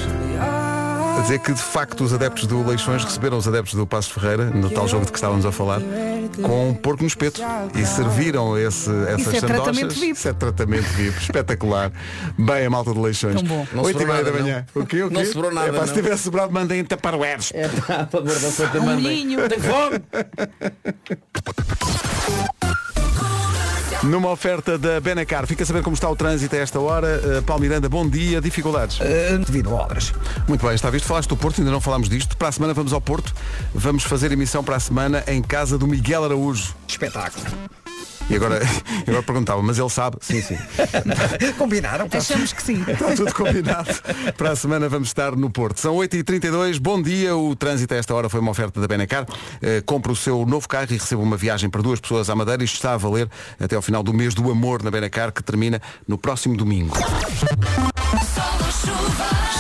B: A dizer que de facto os adeptos do Leixões receberam os adeptos do Passo Ferreira, no tal jogo de que estávamos a falar, com um porco no espeto. E serviram esse, essas
D: Isso é
B: sandochas.
D: tratamento VIP.
B: Isso é tratamento VIP. Espetacular. Bem a malta de Leixões.
D: Tão bom.
G: Não
B: Oito e
G: sobrou
B: meia da
G: nada,
B: manhã.
G: não.
B: O quê? O quê?
G: Não sobrou nada,
B: É pá, se
G: não.
B: tivesse sobrado, mandem em tapar o Eres.
G: É pá, para guardar para te
D: Um ninho.
G: Tenho fome.
B: Numa oferta da Benacar. Fica a saber como está o trânsito a esta hora. Uh, Paulo Miranda, bom dia. Dificuldades?
C: Eh, devido a obras.
B: Muito bem, está visto. Falaste do Porto, ainda não falámos disto. Para a semana vamos ao Porto. Vamos fazer emissão para a semana em casa do Miguel Araújo.
C: Espetáculo.
B: E agora, eu agora perguntava, mas ele sabe? Sim, sim.
C: Combinaram? tá?
D: Achamos que sim.
B: Está tudo combinado. Para a semana vamos estar no Porto. São 8h32. Bom dia. O trânsito a esta hora foi uma oferta da Benacar. Eh, compre o seu novo carro e receba uma viagem para duas pessoas à Madeira. Isto está a valer até ao final do mês do amor na Benacar, que termina no próximo domingo.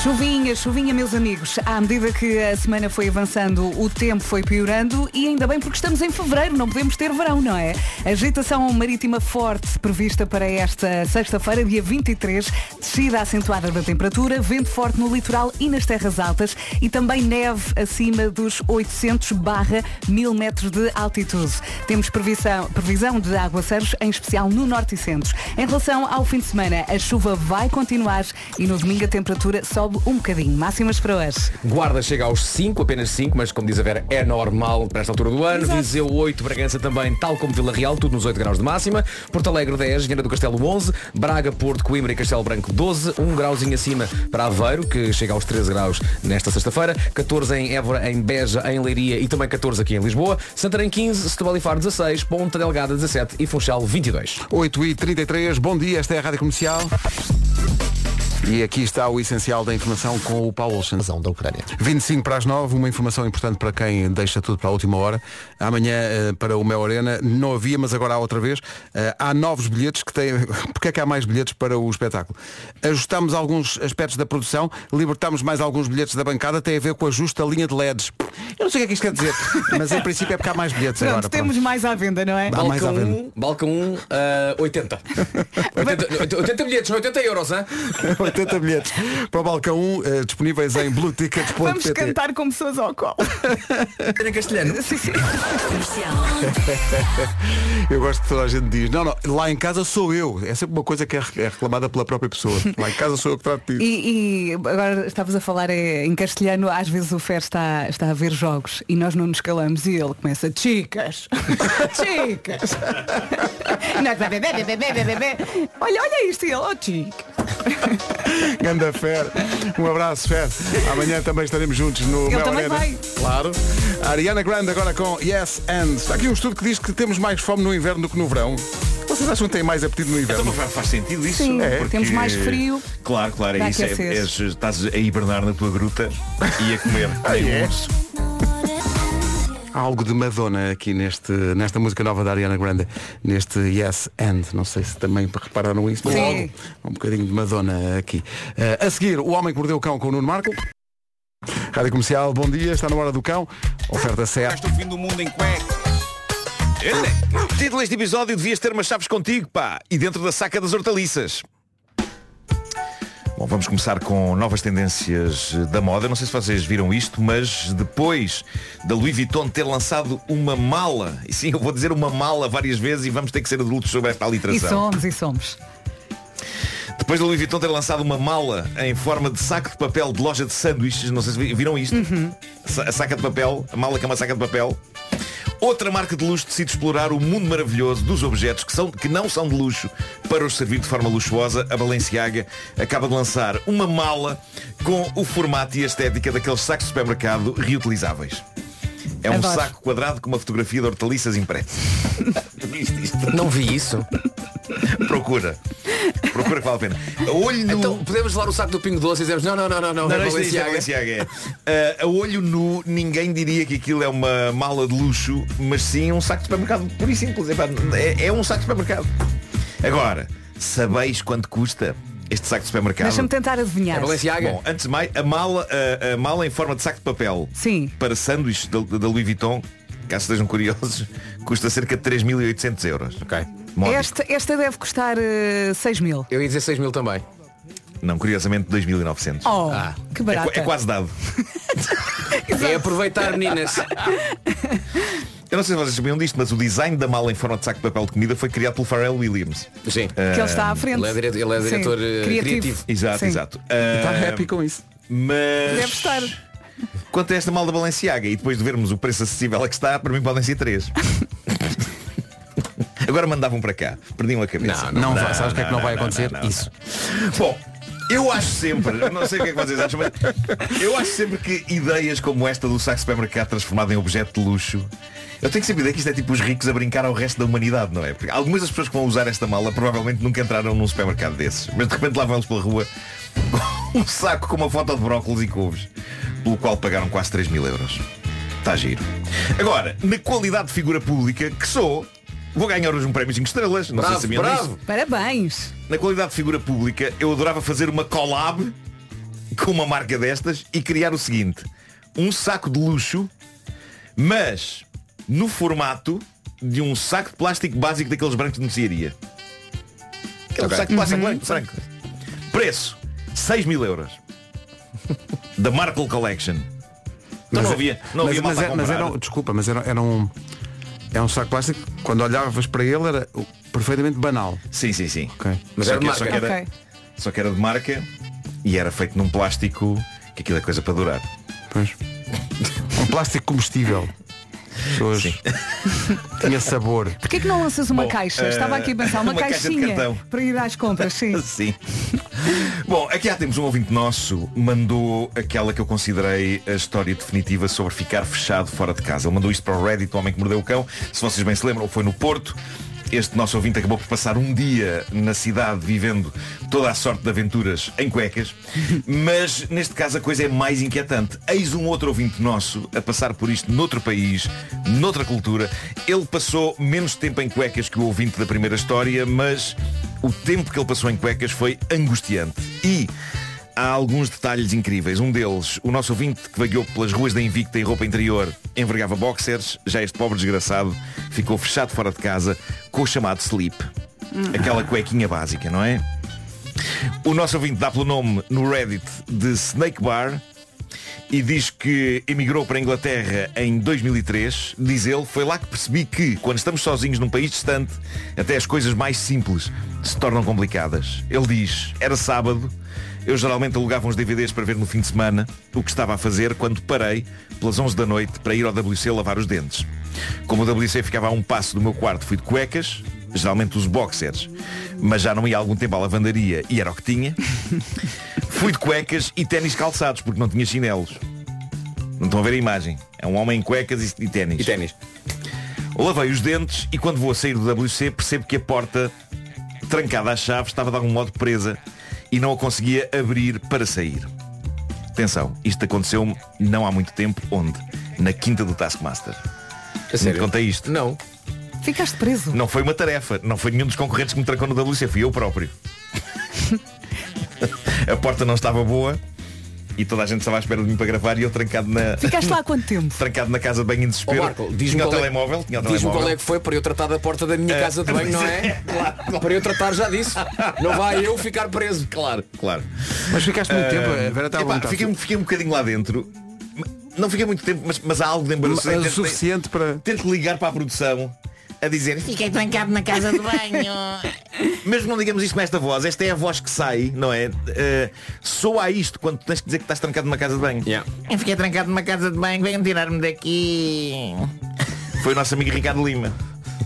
D: Chuvinha, chuvinha, meus amigos. À medida que a semana foi avançando, o tempo foi piorando e ainda bem porque estamos em fevereiro, não podemos ter verão, não é? Agitação marítima forte prevista para esta sexta-feira, dia 23, descida acentuada da temperatura, vento forte no litoral e nas terras altas e também neve acima dos 800 barra 1000 metros de altitude. Temos previsão, previsão de aguaceiros, em especial no norte e centro. Em relação ao fim de semana, a chuva vai continuar e no domingo a temperatura sobe um bocadinho. Máximas para hoje.
G: Guarda chega aos 5, apenas 5, mas como diz a Vera, é normal para esta altura do ano.
D: Exato.
G: Viseu 8, Bragança também, tal como Vila Real, tudo nos 8 graus de máxima. Porto Alegre 10, Viana do Castelo 11, Braga, Porto, Coimbra e Castelo Branco 12, um grauzinho acima para Aveiro, que chega aos 13 graus nesta sexta-feira, 14 em Évora, em Beja, em Leiria e também 14 aqui em Lisboa, Santarém 15, Setúbal e Faro 16, Ponta Delgada 17 e Funchal 22.
B: 8 e 33 bom dia, esta é a Rádio Comercial. E aqui está o essencial da informação com o Paulo Sanzão da Ucrânia. 25 para as 9, uma informação importante para quem deixa tudo para a última hora. Amanhã eh, para o Mel Arena não havia, mas agora há outra vez. Eh, há novos bilhetes que têm. Porquê é que há mais bilhetes para o espetáculo? Ajustamos alguns aspectos da produção, libertamos mais alguns bilhetes da bancada, tem a ver com a justa linha de LEDs. Eu não sei o que é que isto quer dizer, mas em princípio é porque há mais bilhetes
D: Pronto,
B: agora.
D: temos mais à venda, não é?
B: Há mais à
G: Balcão
B: venda.
G: 1, balcão 1, ah, 80. 80. 80 bilhetes, não 80 euros, hein?
B: 80 bilhetes para o Balcão 1, eh, disponíveis em bluetickets.pt.
D: Vamos cantar com pessoas ao colo.
G: Em castelhano.
D: Sim, sim.
B: Eu gosto que toda a gente diz, não, não, lá em casa sou eu. É sempre uma coisa que é re- é reclamada pela própria pessoa. Lá em casa sou eu que trato disso.
D: E, e agora estavas a falar eh, em castelhano, às vezes o Fer está, está a ver jogos e nós não nos calamos e ele começa, chicas, chicas. Nós, "Bé, bé, bé, bé, bé, bé, bé, bé." Olha, olha isto e ele, oh chica.
B: Ganda Fer. Um abraço, Fer. Amanhã também estaremos juntos no
D: Ele
B: Mel
D: também
B: Arena.
D: vai.
B: Claro. A Ariana Grande agora com Yes and. Há aqui um estudo que diz que temos mais fome no inverno do que no verão. Vocês acham que têm mais apetite no inverno?
L: Então, faz sentido isso?
D: Sim, é, temos mais frio.
L: Claro, claro,
D: Dá
L: é isso. É,
D: aquecer.
L: és- estás a hibernar na tua gruta e a comer.
D: Ah,
J: um
L: meio
D: é?
L: urso.
B: Há algo de Madonna aqui neste, nesta música nova da Ariana Grande, neste Yes and. Não sei se também repararam isso, mas
M: Sim.
B: há algo- há um bocadinho de Madonna aqui. Eh, a seguir, O Homem que Mordeu o Cão com o Nuno Marco. Rádio Comercial, bom dia, está na hora do cão. Oferta certa.
M: O fim do mundo em é cueca.
L: Título deste episódio devias ter umas chaves contigo, pá, e dentro da saca das hortaliças. Bom, vamos começar com novas tendências eh, da moda. Não sei se vocês viram isto, mas depois da Louis Vuitton ter lançado uma mala, e sim, eu vou dizer uma mala várias vezes e vamos ter que ser adultos sobre esta
D: E
L: aliteração.
D: somos, e somos.
L: Depois da Louis Vuitton ter lançado uma mala em forma de saco de papel de loja de sanduíches, não sei se vi- viram isto. Sa- A saca de papel, a mala que é uma saca de papel. Outra marca de luxo decide explorar o mundo maravilhoso dos objetos que, são, que não são de luxo para os servir de forma luxuosa. A Balenciaga acaba de lançar uma mala com o formato e a estética daqueles sacos de supermercado reutilizáveis. É um
M: Adoro.
L: saco quadrado com uma fotografia de hortaliças impressa.
G: Não vi isso.
L: Procura. Procura que vale a pena. Olho nu.
G: Então podemos levar o saco do Pingo Doce e dizemos não, não, não, não, não,
L: Não,
G: é
L: não, isto- isto é
G: Balenciaga.
L: Balenciaga, é. Ah, a olho nu, ninguém diria que aquilo é uma mala de luxo, mas sim um saco de supermercado, pura e simples. É, pá, é- é um saco de supermercado. Agora, sabeis quanto custa este saco de supermercado?
D: Deixa-me tentar adivinhar.
L: Bom, antes de mais, a mala, a, a mala é em forma de saco de papel
D: Sim.
L: para sanduíches da, da Louis Vuitton, caso estejam curiosos, custa cerca de 3.800 euros. Ok.
D: Esta, esta deve custar eh, 6 mil.
L: Eu ia dizer 6 mil também. Não, curiosamente 2.900.
D: Oh, que barata.
L: É, qua- é quase dado.
G: É aproveitar, meninas.
L: Eu não sei se vocês sabiam disto, mas o design da mala em forma de saco de papel de comida foi criado pelo Pharrell Williams.
G: Sim.
L: Eh,
D: Que ele está à frente. Ele é dire- ele é Sim. diretor, eh, Criativo. criativo.
L: Exato,
D: Sim.
L: exato.
D: E
B: está
L: Ah,
B: happy com isso.
D: Deve
L: Mas
D: estar.
L: quanto a esta mala da Balenciaga e depois de vermos o preço acessível a que está, para mim podem ser três. Agora mandavam para cá. Perdiam a cabeça.
B: Não, não vai. Sabes o que é que não vai acontecer? Isso.
L: Bom, eu acho sempre, eu não sei o que é que vocês acham, mas eu acho sempre que ideias como esta do saco de supermercado transformado em objeto de luxo, eu tenho que sempre a ideia que isto é tipo os ricos a brincar ao resto da humanidade, não é? Porque algumas das pessoas que vão usar esta mala provavelmente nunca entraram num supermercado desses, mas de repente lá vão eles pela rua com um saco com uma foto de brócolis e couves, pelo qual pagaram quase 3 mil euros. Está giro. Agora, na qualidade de figura pública que sou, vou ganhar hoje um prémio 5 estrelas, não sei se sabiam disso.
D: Parabéns.
L: Na qualidade de figura pública, eu adorava fazer uma collab com uma marca destas e criar o seguinte. Um saco de luxo, mas no formato de um saco de plástico básico daqueles brancos de mercearia. Aquele
M: Ok.
L: saco de plástico
M: Uhum.
L: branco, branco. Preço, 6 mil euros. Da Markle Collection. Então não havia, não
B: mas, mas,
L: havia malta a
B: é- mas
L: comprar.
B: era, um- desculpa, mas era, era um é um saco plástico. Quando olhavas para ele era uh, perfeitamente banal.
L: Sim, sim, sim.
B: Ok.
L: Mas
B: Mas
L: só,
B: era
L: que,
B: de
L: só, que
B: marca.
L: era,
B: Ok.
L: só que era de marca e era feito num plástico que aquilo é coisa para durar.
B: um plástico comestível. Hoje tinha sabor.
D: Porquê que não lanças uma
L: Bom,
D: caixa?
L: eh,
D: Estava aqui a pensar, uma,
L: uma caixa de
D: caixinha
L: cartão.
D: para ir às compras, sim.
L: Sim. Bom, aqui há temos um ouvinte nosso mandou aquela que eu considerei a história definitiva sobre ficar fechado fora de casa. Ele mandou isto para o Reddit, o homem que mordeu o cão. Se vocês bem se lembram, foi no Porto. Este nosso ouvinte acabou por passar um dia na cidade vivendo toda a sorte de aventuras em cuecas, mas neste caso a coisa é mais inquietante. Eis um outro ouvinte nosso a passar por isto noutro país, noutra cultura. Ele passou menos tempo em cuecas que o ouvinte da primeira história, mas o tempo que ele passou em cuecas foi angustiante. E há alguns detalhes incríveis. Um deles, o nosso ouvinte que vagueou pelas ruas da Invicta em roupa interior, envergava boxers, já este pobre desgraçado ficou fechado fora de casa com o chamado sleep.
M: Hum.
L: Aquela cuequinha básica, não é? O nosso ouvinte dá pelo nome no Reddit de Snake Bar e diz que emigrou para a Inglaterra em 2003. Diz ele, foi lá que percebi que, quando estamos sozinhos num país distante, até as coisas mais simples se tornam complicadas. Ele diz, era sábado, eu geralmente alugava uns DVDs para ver no fim de semana o que estava a fazer quando parei pelas 11 da noite para ir ao WC lavar os dentes. Como o WC ficava a um passo do meu quarto, fui de cuecas, geralmente os boxers, mas já não ia há algum tempo à lavandaria e era o que tinha. Fui de cuecas e ténis calçados, porque não tinha chinelos. Não estão a ver a imagem. É um homem em cuecas e- e ténis. E ténis. Lavei os dentes e quando vou a sair do WC percebo que a porta, trancada à chave, estava de algum modo presa e não a conseguia abrir para sair. Atenção, isto aconteceu-me não há muito tempo, onde? Na quinta do Taskmaster. Não te
G: sério?
L: contei isto? Não.
D: Ficaste preso.
L: Não foi uma tarefa, não foi nenhum dos concorrentes que me trancou no WC, fui eu próprio. a porta não estava boa e toda a gente estava à espera de mim para gravar e eu trancado na.
D: Ficaste lá há quanto tempo?
L: trancado na casa de banho em desespero.
G: Ó, Marco, diz-me
L: tinha o
G: qual é-
L: telemóvel, tinha o
G: diz-me
L: telemóvel. Eh,
G: qual é que foi para eu tratar da porta da minha casa de banho, não é? Claro. Para eu tratar já disso. Não vai eu ficar preso, claro.
L: Claro. Ah,
B: Mas ficaste muito tempo, a Vera está a
L: epá,
B: perguntar.
L: fiquei, fiquei um bocadinho lá dentro. Não fiquei muito tempo, mas, mas há algo de embaraço.
B: Mas o
L: suficiente
B: para.
L: Tento ligar para a produção a dizer.
M: Fiquei trancado na casa de banho.
L: Mesmo não digamos isto com esta voz, esta é a voz que sai, não é? Eh, soa a isto quando tens que dizer que estás trancado numa casa de banho.
M: Eu fiquei trancado numa casa de banho, venham tirar-me daqui.
L: Foi o nosso amigo Ricardo Lima.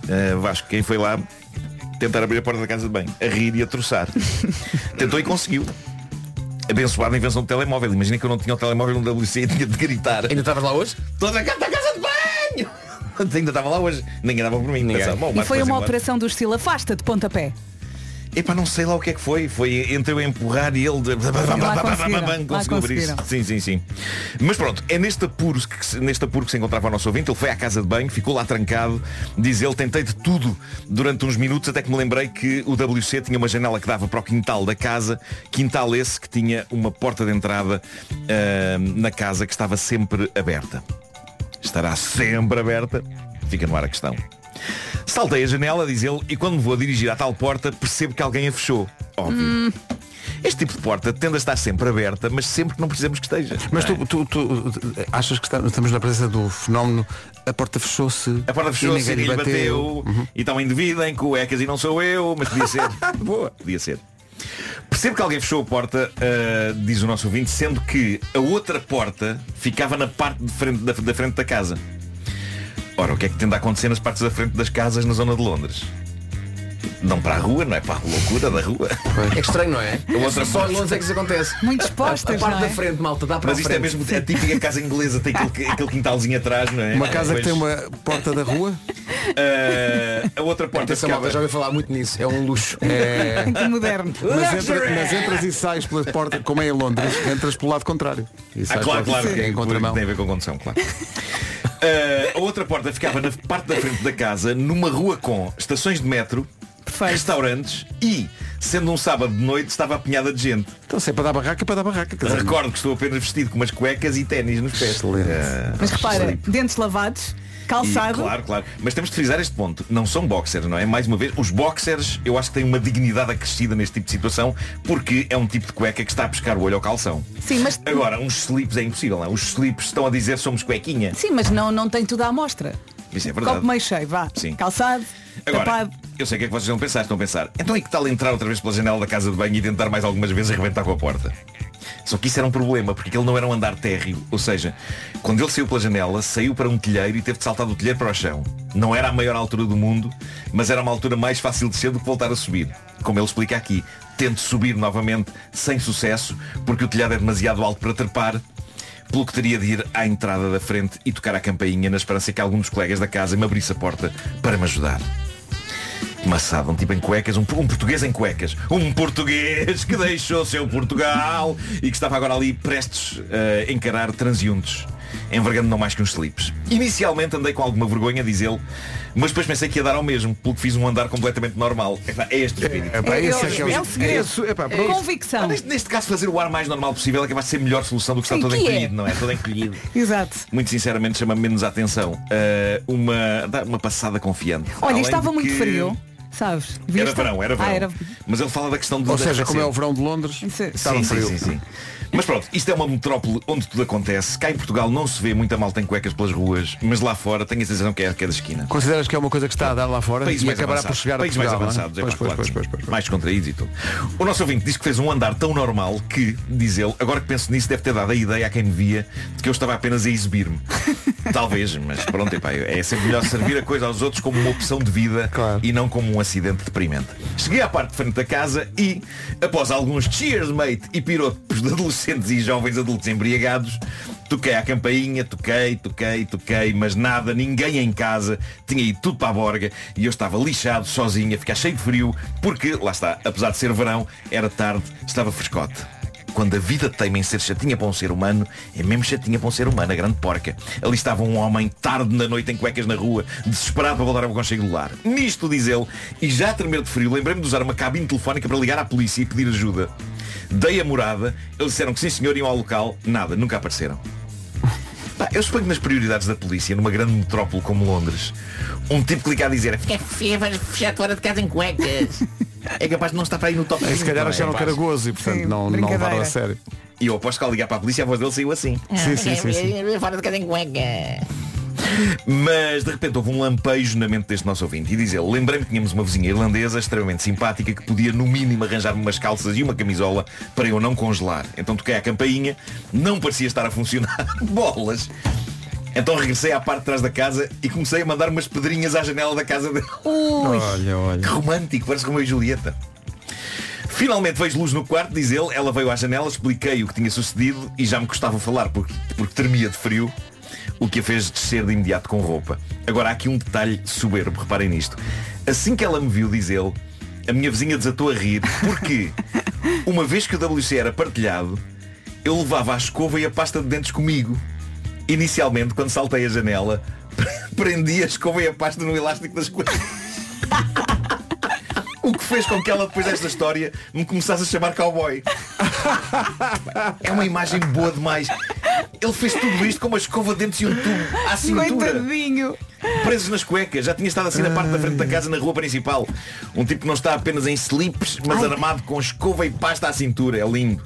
L: Eh, Vasco, quem foi lá tentar abrir a porta da casa de banho, a rir e a troçar. Tentou e conseguiu. Abençoada a invenção do telemóvel. Imagina que eu não tinha o telemóvel no WC e tinha de gritar. Ainda estavas lá hoje? Estou trancado na casa de banho! Ainda estava lá hoje. Ninguém dava por mim. Pensava, bom, o
D: E
L: Marco
D: foi
L: vai-se
D: uma
L: embora.
D: operação do estilo afasta de pontapé.
L: Epá, não sei lá o que é que foi. Foi entre eu empurrar e ele de...
D: conseguiram, lá
L: conseguiu abrir
D: conseguiram.
L: isso. Sim, sim, sim. Mas pronto, é neste apuro que se, neste apuro que se encontrava o nosso ouvinte. Ele foi à casa de banho, ficou lá trancado. Diz ele, tentei de tudo durante uns minutos até que me lembrei que o WC tinha uma janela que dava para o quintal da casa. Quintal esse que tinha uma porta de entrada ah, na casa que estava sempre aberta. Estará sempre aberta. Fica no ar a questão. Saltei a janela, diz ele, e quando me vou a dirigir à tal porta, percebo que alguém a fechou. Óbvio. Este tipo de porta tende a estar sempre aberta, mas sempre que não precisamos que esteja.
B: Mas
L: não é?
B: tu, tu- tu achas que está- estamos na presença do fenómeno a porta fechou-se.
L: A porta fechou-se e lhe bateu. E está um indivíduo em cuecas e não sou eu, mas podia ser. Boa. Podia ser. Percebo que alguém fechou a porta, ah, diz o nosso ouvinte, sendo que a outra porta ficava na parte de frente, da, da frente da casa. Ora, o que é que tende a acontecer nas partes da frente das casas na zona de Londres? Não para a rua, não é para a loucura da rua.
G: É estranho, não é?
L: A outra
G: Só em
L: parte-
G: Londres é que isso acontece.
D: Muitos
G: postas, A parte
L: não
G: da
L: é?
G: frente, malta, dá para
L: Mas isto é mesmo a típica casa inglesa, tem aquele, aquele quintalzinho atrás, não é?
B: Uma casa que tem
L: Depois,
B: uma porta da rua.
L: ah, a outra porta
G: Atenção, malta, já ouvi falar muito nisso. É um luxo.
B: É.
D: Que moderno.
L: é
B: Mas, entra- mas é, entras e sais pela porta, como é em Londres, entras pelo lado contrário. E
L: Ah,
B: sais
L: claro,
B: pela- é
L: claro, que
B: em contramão.
L: Tem a ver com condução, claro. Eh, Ah, a outra porta ficava na parte da frente da casa, numa rua com estações de metro,
D: Perfeito.
L: restaurantes e, sendo um sábado de noite, estava apanhada de gente.
B: Então se é para dar barraca, é para dar barraca. quer dizer,
L: Recordo que estou apenas vestido com umas cuecas e ténis nos pés. Ah,
D: Mas repara,
L: sleep.
D: dentes lavados,
L: E,
D: calçado.
L: claro, claro. Mas temos de frisar este ponto. Não são boxers, não é? Mais uma vez, os boxers eu acho que têm uma dignidade acrescida neste tipo de situação porque é um tipo de cueca que está a pescar o olho ao calção.
D: Sim, mas,
L: Agora, uns slips é impossível, não é? Os slips estão a dizer somos cuequinha.
D: sim, mas não, não tem tudo à amostra.
L: Isso é verdade.
D: Copo meio cheio, vá.
L: Sim.
D: Calçado,
L: Agora,
D: tapado.
L: eu sei o que é que vocês vão pensar, estão a pensar. Então e que tal entrar outra vez pela janela da casa de banho e tentar mais algumas vezes arrebentar com a porta? Só que isso era um problema, porque ele não era um andar térreo. Ou seja, quando ele saiu pela janela, saiu para um telheiro e teve de saltar do telheiro para o chão. Não era a maior altura do mundo, mas era uma altura mais fácil de ser do que voltar a subir. Como ele explica aqui, tente subir novamente sem sucesso, porque o telhado é demasiado alto para trepar, pelo que teria de ir à entrada da frente e tocar a campainha na esperança que algum dos colegas da casa me abrisse a porta para me ajudar. Maçada, um tipo em cuecas, um, um português em cuecas. Um português que deixou seu Portugal e que estava agora ali prestes a encarar transeuntes, envergando não mais que uns slips. Inicialmente andei com alguma vergonha, diz ele, mas depois pensei que ia dar ao mesmo, pelo que fiz um andar completamente normal. Epá, É este o espírito.
B: É, epá, esse é que é o- É o segredo. é esse- epá, pronto.
D: Convicção.
L: Ah, Neste, neste caso, fazer o ar mais normal possível acaba de ser a melhor solução do que estar
D: Sim,
L: todo
D: que é.
L: encolhido, não é? Todo encolhido.
D: Exato.
L: Muito sinceramente chama menos a atenção. Ah, uma, dá uma passada confiante.
D: Olha,
L: Além
D: estava
L: de
D: muito
L: que-
D: frio, sabes?
L: Era
D: Viste?
L: verão, era
D: Ah,
L: verão. Mas ele fala da questão de
B: Ou seja, como é o verão de Londres, está
L: sim,
B: no
L: sim,
B: frio.
L: sim, sim. Mas pronto, isto é uma metrópole onde tudo acontece. Cá em Portugal não se vê muita malta em cuecas pelas ruas, mas lá fora tenho a sensação que é, que é da esquina.
B: Consideras que é uma coisa que está a dar lá fora
L: Países
B: e
L: mais
B: acabará por
L: avançados.
B: chegar
L: Países
B: a
L: mais
B: Portugal, não é?
L: avançados, é
B: Pois,
L: pá,
B: pois,
L: claro,
B: pois, pois, pois.
L: mais contraídos e tudo. O nosso ouvinte diz que fez um andar tão normal que, diz ele, agora que penso nisso, deve ter dado a ideia a quem me via de que eu estava apenas a exibir-me. Talvez, mas pronto, epá, é sempre melhor servir a coisa aos outros como uma opção de vida e não como um acidente deprimente. Cheguei à parte de frente da casa e, após alguns cheers, mate, e piropos de adolescentes e jovens adultos embriagados, toquei à campainha, toquei, toquei, toquei, mas nada, ninguém em casa, tinha ido tudo para a borga e eu estava lixado, sozinho, a ficar cheio de frio, porque, lá está, apesar de ser verão, era tarde, estava frescote. Quando a vida teima em ser chatinha para um ser humano, é mesmo chatinha para um ser humano, a grande porca. Ali estava um homem, tarde na noite, em cuecas na rua, desesperado para voltar ao conchego do lar. Nisto, diz ele, e já a tremer de frio, lembrei-me de usar uma cabine telefónica para ligar à polícia e pedir ajuda. Dei a morada, eles disseram que sim senhor iam ao local, nada, nunca apareceram. Pá, eu suponho que nas prioridades da polícia, numa grande metrópole como Londres, um tipo clicar a dizer
M: Quer fe- vais fechar fora de casa em cuecas.
L: é capaz de não estar para ir no top
B: É, se calhar acharam que era gozo e, portanto, Sim, não- não brincadeira. levaram a sério.
L: E eu aposto que ao ligar para a polícia a voz dele saiu assim
M: É. Fora de casa em cuecas.
L: Mas de repente houve um lampejo na mente deste nosso ouvinte E diz ele, lembrei-me que tínhamos uma vizinha irlandesa Extremamente simpática que podia no mínimo arranjar-me umas calças e uma camisola Para eu não congelar Então toquei a campainha Não parecia estar a funcionar Bolas Então regressei à parte de trás da casa E comecei a mandar umas pedrinhas à janela da casa dele
B: Ui. Olha, olha.
L: Que romântico, parece Romeu e Julieta Finalmente vejo luz no quarto, diz ele. Ela veio à janela, expliquei o que tinha sucedido e já me custava falar porque, porque tremia de frio, o que a fez descer de imediato com roupa. Agora há aqui um detalhe soberbo, reparem nisto. Assim que ela me viu, diz ele, a minha vizinha desatou a rir porque, uma vez que o WC era partilhado, eu levava a escova e a pasta de dentes comigo. Inicialmente, quando saltei a janela, prendi a escova e a pasta no elástico das coisas. O que fez com que ela, depois desta história, me começasse a chamar cowboy. É uma imagem boa demais. Ele fez tudo isto com uma escova de dentes e um tubo à cintura.
D: Coitadinho.
L: Presos nas cuecas. Já tinha estado assim na parte da frente da casa, na rua principal. Um tipo que não está apenas em slips, mas armado com escova e pasta à cintura. É lindo.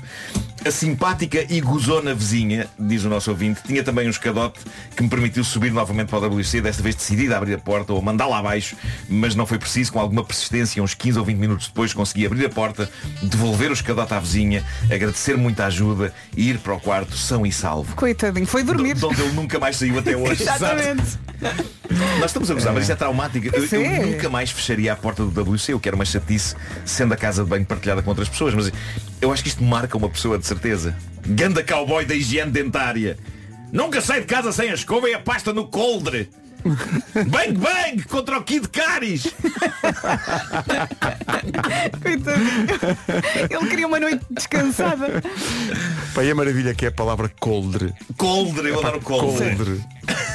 L: A simpática e gozona vizinha, diz o nosso ouvinte, tinha também um escadote que me permitiu subir novamente para o WC, desta vez decidida a abrir a porta ou a mandá-la abaixo, mas não foi preciso, com alguma persistência, uns 15 ou 20 minutos depois consegui abrir a porta, devolver o escadote à vizinha, agradecer muito a ajuda e ir para o quarto são e salvo.
D: Coitadinho, foi dormir.
L: De onde ele nunca mais saiu até hoje.
D: Exatamente.
L: Nós estamos a gozar, mas isto é traumático. Eu,
D: Pois
L: eu
D: é.
L: nunca mais fecharia a porta do WC, o que era uma chatice, sendo a casa de banho partilhada com outras pessoas, mas eu acho que isto marca uma pessoa de certeza. Ganda cowboy da higiene dentária. Nunca sai de casa sem a escova e a pasta no coldre. Bang bang contra o Kid Caris.
D: Coitadinho. Ele queria uma noite descansada.
B: Pá, e a maravilha que é a palavra coldre.
L: Coldre, eu vou dar o coldre.
B: Coldre.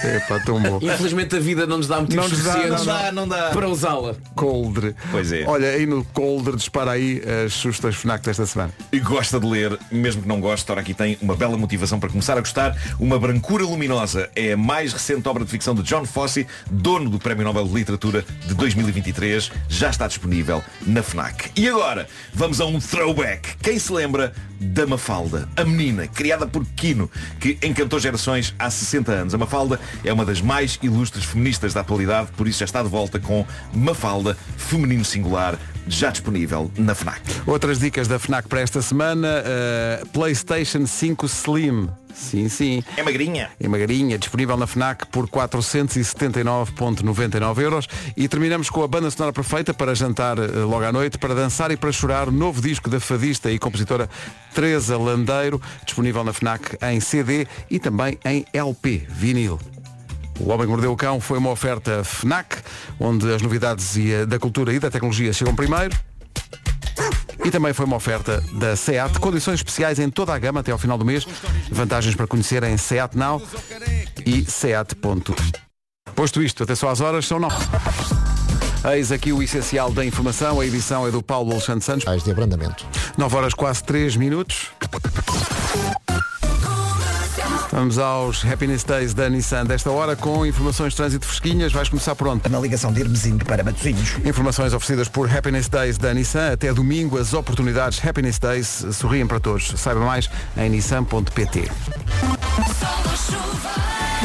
B: É pá, tão bom.
G: Infelizmente a vida não nos dá motivos
B: Não nos dá,
G: suficientes
B: não dá, não dá.
G: para usá-la.
B: Coldre.
L: Pois é.
B: Olha, aí no Coldre dispara aí as sugestões FNAC desta semana.
L: E gosta de ler, mesmo que não goste, ora aqui tem uma bela motivação para começar a gostar. Uma Brancura Luminosa é a mais recente obra de ficção de John Fosse, dono do Prémio Nobel de Literatura de 2023. Já está disponível na FNAC. E agora, vamos a um throwback. Quem se lembra da Mafalda, a menina criada por Quino, que encantou gerações há 60 anos. A Mafalda é uma das mais ilustres feministas da atualidade, por isso já está de volta com Mafalda, feminino singular, já disponível na FNAC.
B: Outras dicas da FNAC para esta semana, eh, PlayStation 5 Slim. Sim, sim.
L: É magrinha.
B: É magrinha, disponível na FNAC por 479,99 euros. E terminamos com a banda sonora perfeita para jantar eh, logo à noite, para dançar e para chorar, novo disco da fadista e compositora Teresa Landeiro, disponível na FNAC em CD e também em LP, vinil. O Homem que Mordeu o Cão foi uma oferta FNAC, onde as novidades e, eh, da cultura e da tecnologia chegam primeiro. E também foi uma oferta da SEAT, condições especiais em toda a gama até ao final do mês. Vantagens para conhecer em SEAT Now e SEAT.com. Posto isto, até só às horas, são nove. Eis aqui o essencial da informação, a edição é do Paulo Alexandre Santos. Ais de abrandamento. 9 horas quase 3 minutos. Vamos aos Happiness Days da Nissan desta hora com informações de trânsito fresquinhas. Vais começar por onde? Na ligação de Hermesinho para Matosinhos. Informações oferecidas por Happiness Days da Nissan. Até domingo as oportunidades Happiness Days sorriem para todos. Saiba mais em nissan.pt.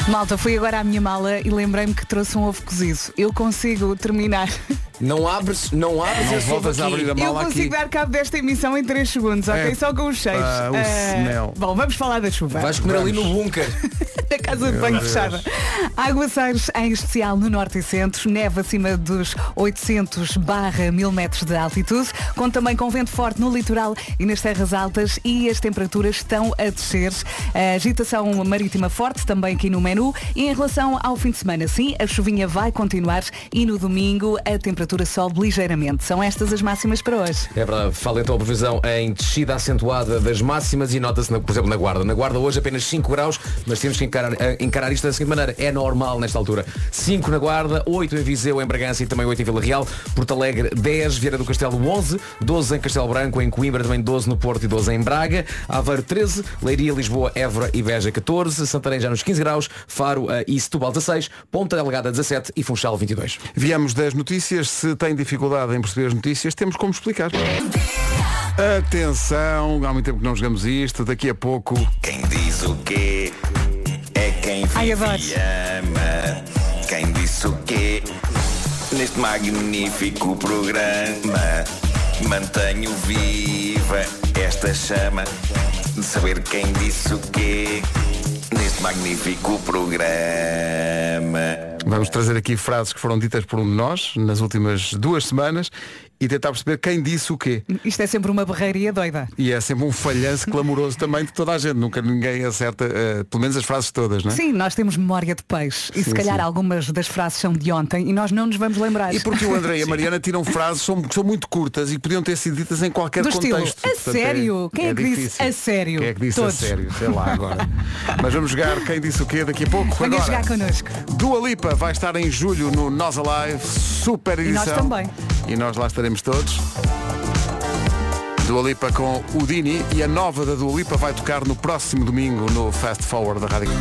D: Malta, fui agora à minha mala e lembrei-me que trouxe um ovo cozido. Eu consigo terminar.
G: Não abres, não abres
B: Não
G: esse
B: voltas
G: ovo
B: a
G: aqui.
B: abrir a
D: Eu consigo dar cabo desta emissão em 3 segundos, ok?
G: É,
D: Só com os cheiros.
G: pá, o
D: Eh,
G: smell.
D: bom, vamos falar da chuva.
G: Vais comer ali no bunker.
D: da casa de
G: Meu
D: banho
G: Deus.
D: fechada. Aguaceiros, em especial no norte e centro, neve acima dos 800 barra 1000 metros de altitude, conta também com vento forte no litoral e nas terras altas e as temperaturas estão a descer. A agitação marítima forte também aqui no menu. E em relação ao fim de semana, sim, a chuvinha vai continuar e no domingo a temperatura sobe ligeiramente. São estas as máximas para hoje.
G: É verdade, fala então a previsão em descida acentuada das máximas e nota-se, na- por exemplo, na Guarda. Na Guarda hoje apenas 5 graus, mas temos que encarar, eh, encarar isto da seguinte maneira. É normal nesta altura. 5 na Guarda, 8 em Viseu, em Bragança e também 8 em Vila Real. Porto Alegre 10, Vieira do Castelo 11, 12 em Castelo Branco, em Coimbra também 12 no Porto e 12 em Braga. Aveiro 13, Leiria, Lisboa, Évora e Beja 14, Santarém já nos 15 graus, Faro eh, e Setúbal 16, Ponta Delgada 17 e Funchal 22.
B: Viemos das notícias. Se tem dificuldade em perceber as notícias, temos como explicar. Atenção, há muito tempo que não jogamos isto. Daqui a pouco.
N: Quem diz o quê é quem
D: Ai,
N: vive
D: adoro.
N: e ama. Quem disse o quê neste magnífico programa. Mantenho viva esta chama de saber quem disse o quê neste magnífico programa.
B: Vamos trazer aqui frases que foram ditas por um de nós nas últimas duas semanas e tentar perceber quem disse o quê.
D: Isto é sempre uma barreiria doida.
B: E é sempre um falhanço clamoroso também de toda a gente. Nunca ninguém acerta, eh, pelo menos as frases todas, não é?
D: Sim, nós temos memória de peixe e
B: Sim,
D: se calhar
B: sim.
D: algumas das frases são de ontem e nós não nos vamos lembrar.
B: E porque o André e a
D: Sim.
B: Mariana tiram frases são- que são muito curtas e que podiam ter sido ditas em qualquer
D: Do estilo,
B: é contexto.
D: "A sério? Quem é que disse
B: difícil.
D: a sério?"
B: Quem é que disse
D: Todos.
B: a sério? Sei lá agora. Mas vamos jogar quem disse o quê daqui a pouco.
D: Venha
B: agora,
D: jogar connosco.
B: Dua Lipa vai estar em julho no Nós Alive, super
D: E nós
B: edição.
D: também.
B: E nós lá estaremos todos. Dua Lipa com o Dini e a nova da Dua Lipa vai tocar no próximo domingo no Fast Forward da Rádio.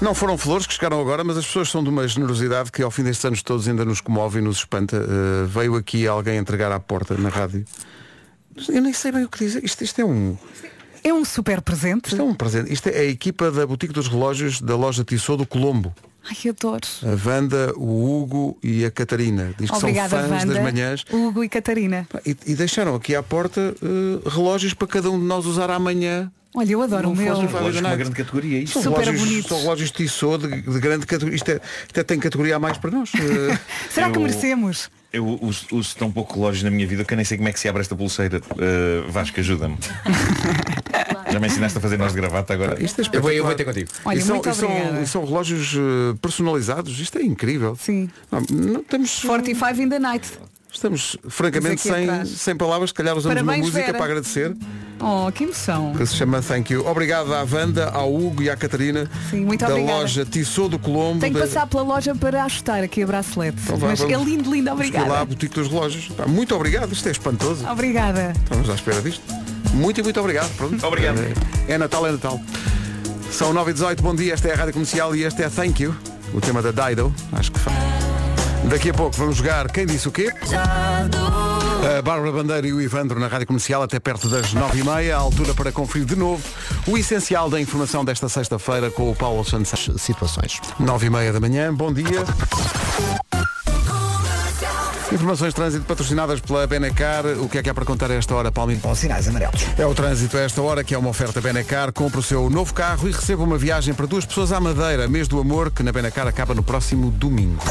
B: Não foram flores que chegaram agora, mas as pessoas são de uma generosidade que ao fim destes anos todos ainda nos comove e nos espanta. Uh, veio aqui alguém entregar à porta na rádio. Eu nem sei bem o que dizer. Isto, isto é um.
D: É um super presente.
B: Isto é um presente. Isto é a equipa da Boutique dos Relógios da loja Tissot do Colombo.
D: Ai, adoro.
B: A Wanda, o Hugo e a Catarina. Diz que
D: Obrigada,
B: são fãs
D: Wanda,
B: das manhãs.
D: Hugo e Catarina.
B: Pá, E, e deixaram aqui à porta uh, relógios para cada um de nós usar amanhã.
D: Olha, eu adoro
B: Não
D: o meu.
B: fosse no Fábio
L: Relógios com
B: Donato.
L: uma grande categoria, isto.
B: São
D: Super
B: relógios,
D: bonitos.
B: São relógios Tissot de, de grande categoria. Isto, é, isto é- tem categoria a mais para nós. Uh,
D: Será que
L: Eu-
D: merecemos?
L: Eu uso, uso tão pouco relógios na minha vida que eu nem sei como é que se abre esta pulseira. Uh, Vasco, ajuda-me. Já me ensinaste a fazer nós de gravata agora.
B: Isto é
G: Eu vou-
B: espetacular.
G: eu vou ter contigo.
L: Olha,
B: e são,
L: muito
B: e são-
L: obrigada.
B: e são relógios eh, personalizados. Isto é incrível.
D: Sim.
B: Não, não temos,
D: 45 in the night.
B: estamos francamente
D: Diz aqui
B: sem,
D: é atrás.
B: sem palavras. Se calhar usamos
D: Parabéns,
B: uma música
D: Vera.
B: para agradecer.
D: Oh, que emoção.
B: que se chama Thank You. Obrigado à Wanda, ao Hugo e à Catarina
D: Sim, muito
B: da
D: obrigada.
B: loja Tissot do Colombo.
D: Tenho que
B: da-
D: passar pela loja para ajustar aqui a bracelete.
B: Então vá,
D: Mas é
B: vamos-
D: lindo,
B: vamos
D: lindo,
B: lá à
D: obrigada.
B: boutique dos relógios. Pá, Muito obrigado, isto é espantoso.
D: Obrigada.
B: Estamos à espera disto. Muito e muito obrigado. Pronto.
L: Obrigado.
B: É, é Natal, é Natal. São 9 e 18 bom dia, esta é a Rádio Comercial e este é Thank You, o tema da Dido, acho que faz. Daqui a pouco vamos jogar Quem Disse o Quê? A Bárbara Bandeira e o Ivandro na Rádio Comercial até perto das 9h30, a altura para conferir de novo o essencial da informação desta sexta-feira com o Paulo Santos. Situações. 9h30 da manhã, bom dia. Informações de trânsito patrocinadas pela Benacar. O que é que há para contar a esta hora, Paulinho? Com
C: sinais amarelos.
B: É o trânsito a esta hora, que é uma oferta Benacar. Compre o seu novo carro e receba uma viagem para duas pessoas à Madeira. Mês do amor, que na Benacar acaba no próximo domingo.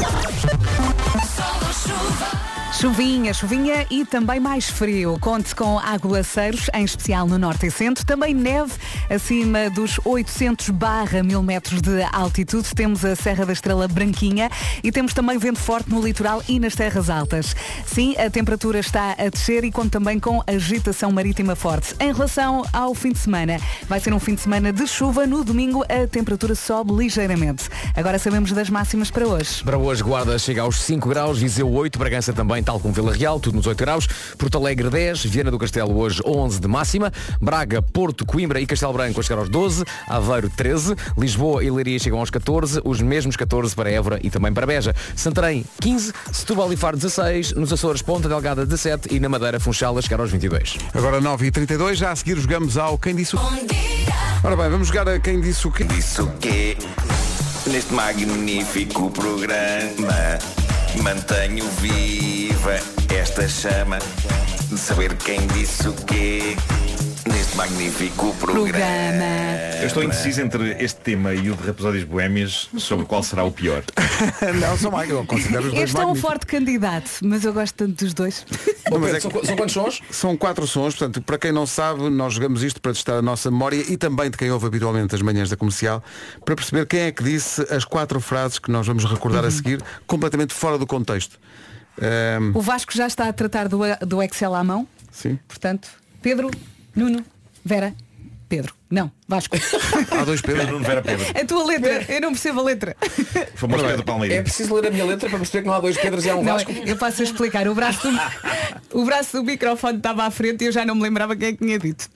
D: Chuvinha, chuvinha e também mais frio. Conte com aguaceiros, em especial no norte e centro. Também neve acima dos 800 barra 1000 metros de altitude. Temos a Serra da Estrela Branquinha e temos também vento forte no litoral e nas terras altas. Sim, a temperatura está a descer e conta também com agitação marítima forte. Em relação ao fim de semana, vai ser um fim de semana de chuva. No domingo a temperatura sobe ligeiramente. Agora sabemos das máximas para hoje.
G: Para hoje, Guarda chega aos 5 graus, Viseu 8, Bragança também, tal como Vila Real, tudo nos 8 graus, Porto Alegre 10, Viana do Castelo hoje 11 de máxima, Braga, Porto, Coimbra e Castelo Branco a chegar aos 12, Aveiro 13, Lisboa e Leiria chegam aos 14, os mesmos 14 para Évora e também para Beja, Santarém 15, Setúbal e Faro 16, nos Açores Ponta Delgada 17 e na Madeira Funchal a chegar aos 22.
B: Agora 9h32, já a seguir jogamos ao Quem Disse o Ora bem, vamos jogar a Quem Disse o Quê?
N: Disse o quê? Neste magnífico programa mantenho viva esta chama de saber quem disse o quê neste magnífico programa.
L: Eu estou indeciso entre este tema e o de Rapsódias Boémias sobre qual será o pior.
B: Não, são mais, eu considero os dois
D: Este é um
B: magníficos.
D: forte candidato, mas eu gosto tanto dos dois.
B: Não, mas é que- São quatro sons, portanto, para quem não sabe, nós jogamos isto para testar a nossa memória e também de quem ouve habitualmente as manhãs da comercial, para perceber quem é que disse as quatro frases que nós vamos recordar
D: Uhum.
B: a seguir, completamente fora do contexto. Ahm,
D: O Vasco já está a tratar do, do Excel à mão,
B: sim.
D: portanto, Pedro, Nuno, Vera, Pedro. Não, Vasco.
B: Há dois Pedro.
L: Não era Pedro.
D: A tua letra, eu não percebo a letra.
L: Famoso Pedro Palmeiras.
G: É preciso ler a minha letra para perceber que não há um dois Pedros
D: Não, é. eu passo a explicar. O braço, do, o braço do microfone estava à frente e eu já não me lembrava quem é que tinha dito.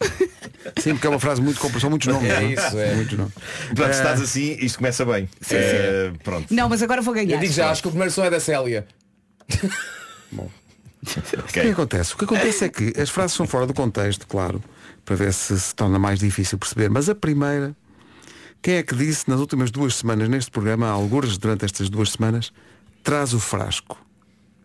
B: Sim, porque é uma frase muito complexa, são muitos nomes.
L: É
B: não
L: isso, é.
B: Muitos nomes.
L: Portanto, se estás assim, isto começa bem.
B: Sim,
L: Eh, Pronto.
D: Não, mas agora vou ganhar.
G: que o primeiro som é da Célia.
B: O que é que acontece? O que acontece é que as frases são fora do contexto, claro, para ver se se torna mais difícil perceber. Mas a primeira, quem é que disse nas últimas duas semanas neste programa, há algures durante estas duas semanas,
D: Ah,
B: traz o frasco?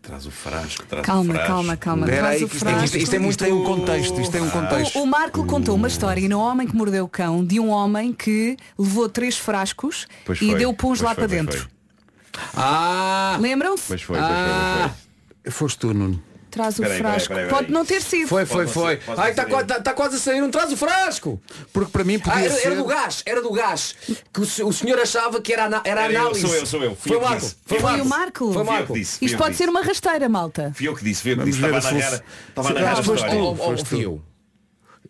L: Traz o frasco, traz
D: Calma,
L: o frasco.
D: calma, calma.
B: Espera
D: Traz
B: aí,
D: o
B: que isto, tem-
D: frasco.
B: isto, isto é muito... isto tem um contexto, isto tem um contexto.
D: Então, O, o Marco contou uma história no Homem que Mordeu o Cão de um homem que levou três frascos
L: Pois
D: e
L: foi,
D: deu puns
L: pois
D: lá
L: foi,
D: para
L: pois
D: dentro.
L: foi.
G: Ah!
D: Lembram-se?
L: Pois foi, pois foi,
D: Ah,
L: pois
B: Foste tu, Nuno.
D: Traz o
B: Espera aí, espera aí,
D: frasco.
B: espera aí.
D: Pode não ter sido.
G: Foi, foi, foi. Ai, está
B: é?
G: quase, tá- tá quase a sair, não traz o frasco!
B: Porque para mim podia
G: era, era
B: ser-
G: do gás, era do gás. Que o, se- o senhor achava que era, ana- era
L: Era eu,
G: análise.
L: sou eu, sou eu. Fui
G: Foi
L: eu
G: o
L: que
G: Marco.
L: disse.
G: Foi o
D: Foi o
G: Marco.
D: Marco.
L: Foi o Marco. Fui eu que disse, fui
D: Isto
L: eu
D: pode
L: que
D: ser uma rasteira, malta.
L: Fui eu que disse, fui eu que
B: Vamos
L: disse.
B: ver
L: Estava
B: a
L: a narrar,
B: solução.
L: estava a
B: Sim,
L: narrar a
B: mas foste
L: história.
G: oh,
B: tu, Ou- ou foste fui tu. eu.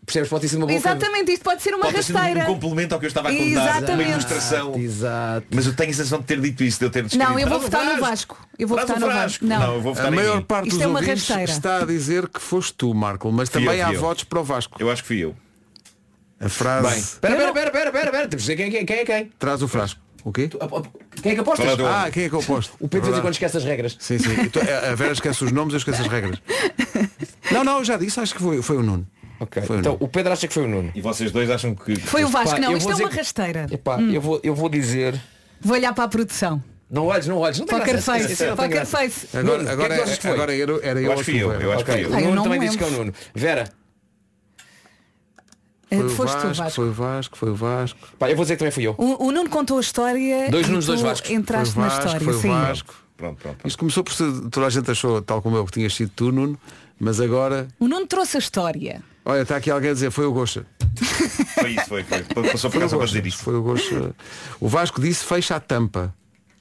G: Percebes? Pode ter sido uma boa coisa.
D: Exatamente, isto pode ser uma
L: Pode ter sido
D: rasteira.
L: um complemento ao que eu estava a contar, uma
D: Exatamente.
L: ilustração.
G: Exato.
L: Mas eu tenho a sensação de ter dito isso, de eu ter descrito.
D: Não, eu vou
L: Traz o
D: votar no
L: frasco.
D: Vasco. Eu vou
L: Traz
D: votar
L: o
D: no Vasco.
L: frasco.
D: Não.
L: Não, eu vou votar
B: A
L: em
B: maior
L: mim.
B: parte
D: Isto
B: dos
D: é uma
B: ouvintes
D: rasteira.
B: está a dizer que foste tu, Marco, mas
L: Fui
B: também
L: eu,
B: há
L: fui eu.
B: votos para o Vasco.
L: Eu acho que fui eu.
B: A frase
L: Bem.
G: Pera, pera, pera, pera, pera, pera. Temos de dizer quem, quem, quem é quem.
B: traz o frasco. O quê?
G: Quem é que apostas?
L: Qual é o teu?
B: Ah, quem é que eu posto?
G: O Pedro de vez em quando esquece as regras.
B: Sim, sim. E tu- a a Vera esquece os nomes, eu esqueço as regras. Não, não, eu já disse, acho que foi, foi o Nuno.
G: Ok.
B: Foi o
G: então o Pedro acha que foi o Nuno.
L: E vocês dois acham que.
D: Foi o Vasco,
G: Pá,
D: não.
G: eu
D: Isto
G: vou
D: é uma
G: dizer que-
D: rasteira.
G: Epá, eu, vou, eu vou dizer.
D: Vou olhar para a produção.
G: Não olhes, não olhes. Não tem
L: é-
D: Poker
G: graça. Esse- esse
D: face.
G: não tem
D: Poker
G: graça.
D: face.
B: Agora,
G: Nuno,
B: agora,
G: quem é que tu achas que foi?
B: agora era, era
L: Eu
B: eu
L: acho
B: ou
L: que
B: tu,
L: eu,
B: Vera.
L: eu acho que
G: Ok,
L: eu.
G: O
D: Ah, eu
G: Nuno
D: não
G: também
D: me
G: disse que é o Nuno. Vera,
D: Eh,
B: Foi o
D: Foste tu, Vasco.
B: Foi o Vasco, foi o Vasco.
G: pá, eu vou dizer que também fui eu.
D: O, o Nuno contou a história.
G: Dois
D: e
G: Nunos,
D: tu
G: dois Vascos.
D: Entraste
B: foi o Vasco,
D: na história,
B: foi o
D: sim.
B: Vasco.
L: Pronto, pronto.
B: Isto começou por ser, toda a gente achou, tal como eu, que tinha sido tu, Nuno, mas agora,
D: O Nuno trouxe a história.
B: olha, está aqui alguém a dizer, foi o Gocha.
L: Foi isso, foi, foi. Passou
B: Foi
L: por
B: um o
L: acaso para
B: Gocha.
L: dizer isto.
B: Foi o Gocha. O Vasco disse, fecha a tampa.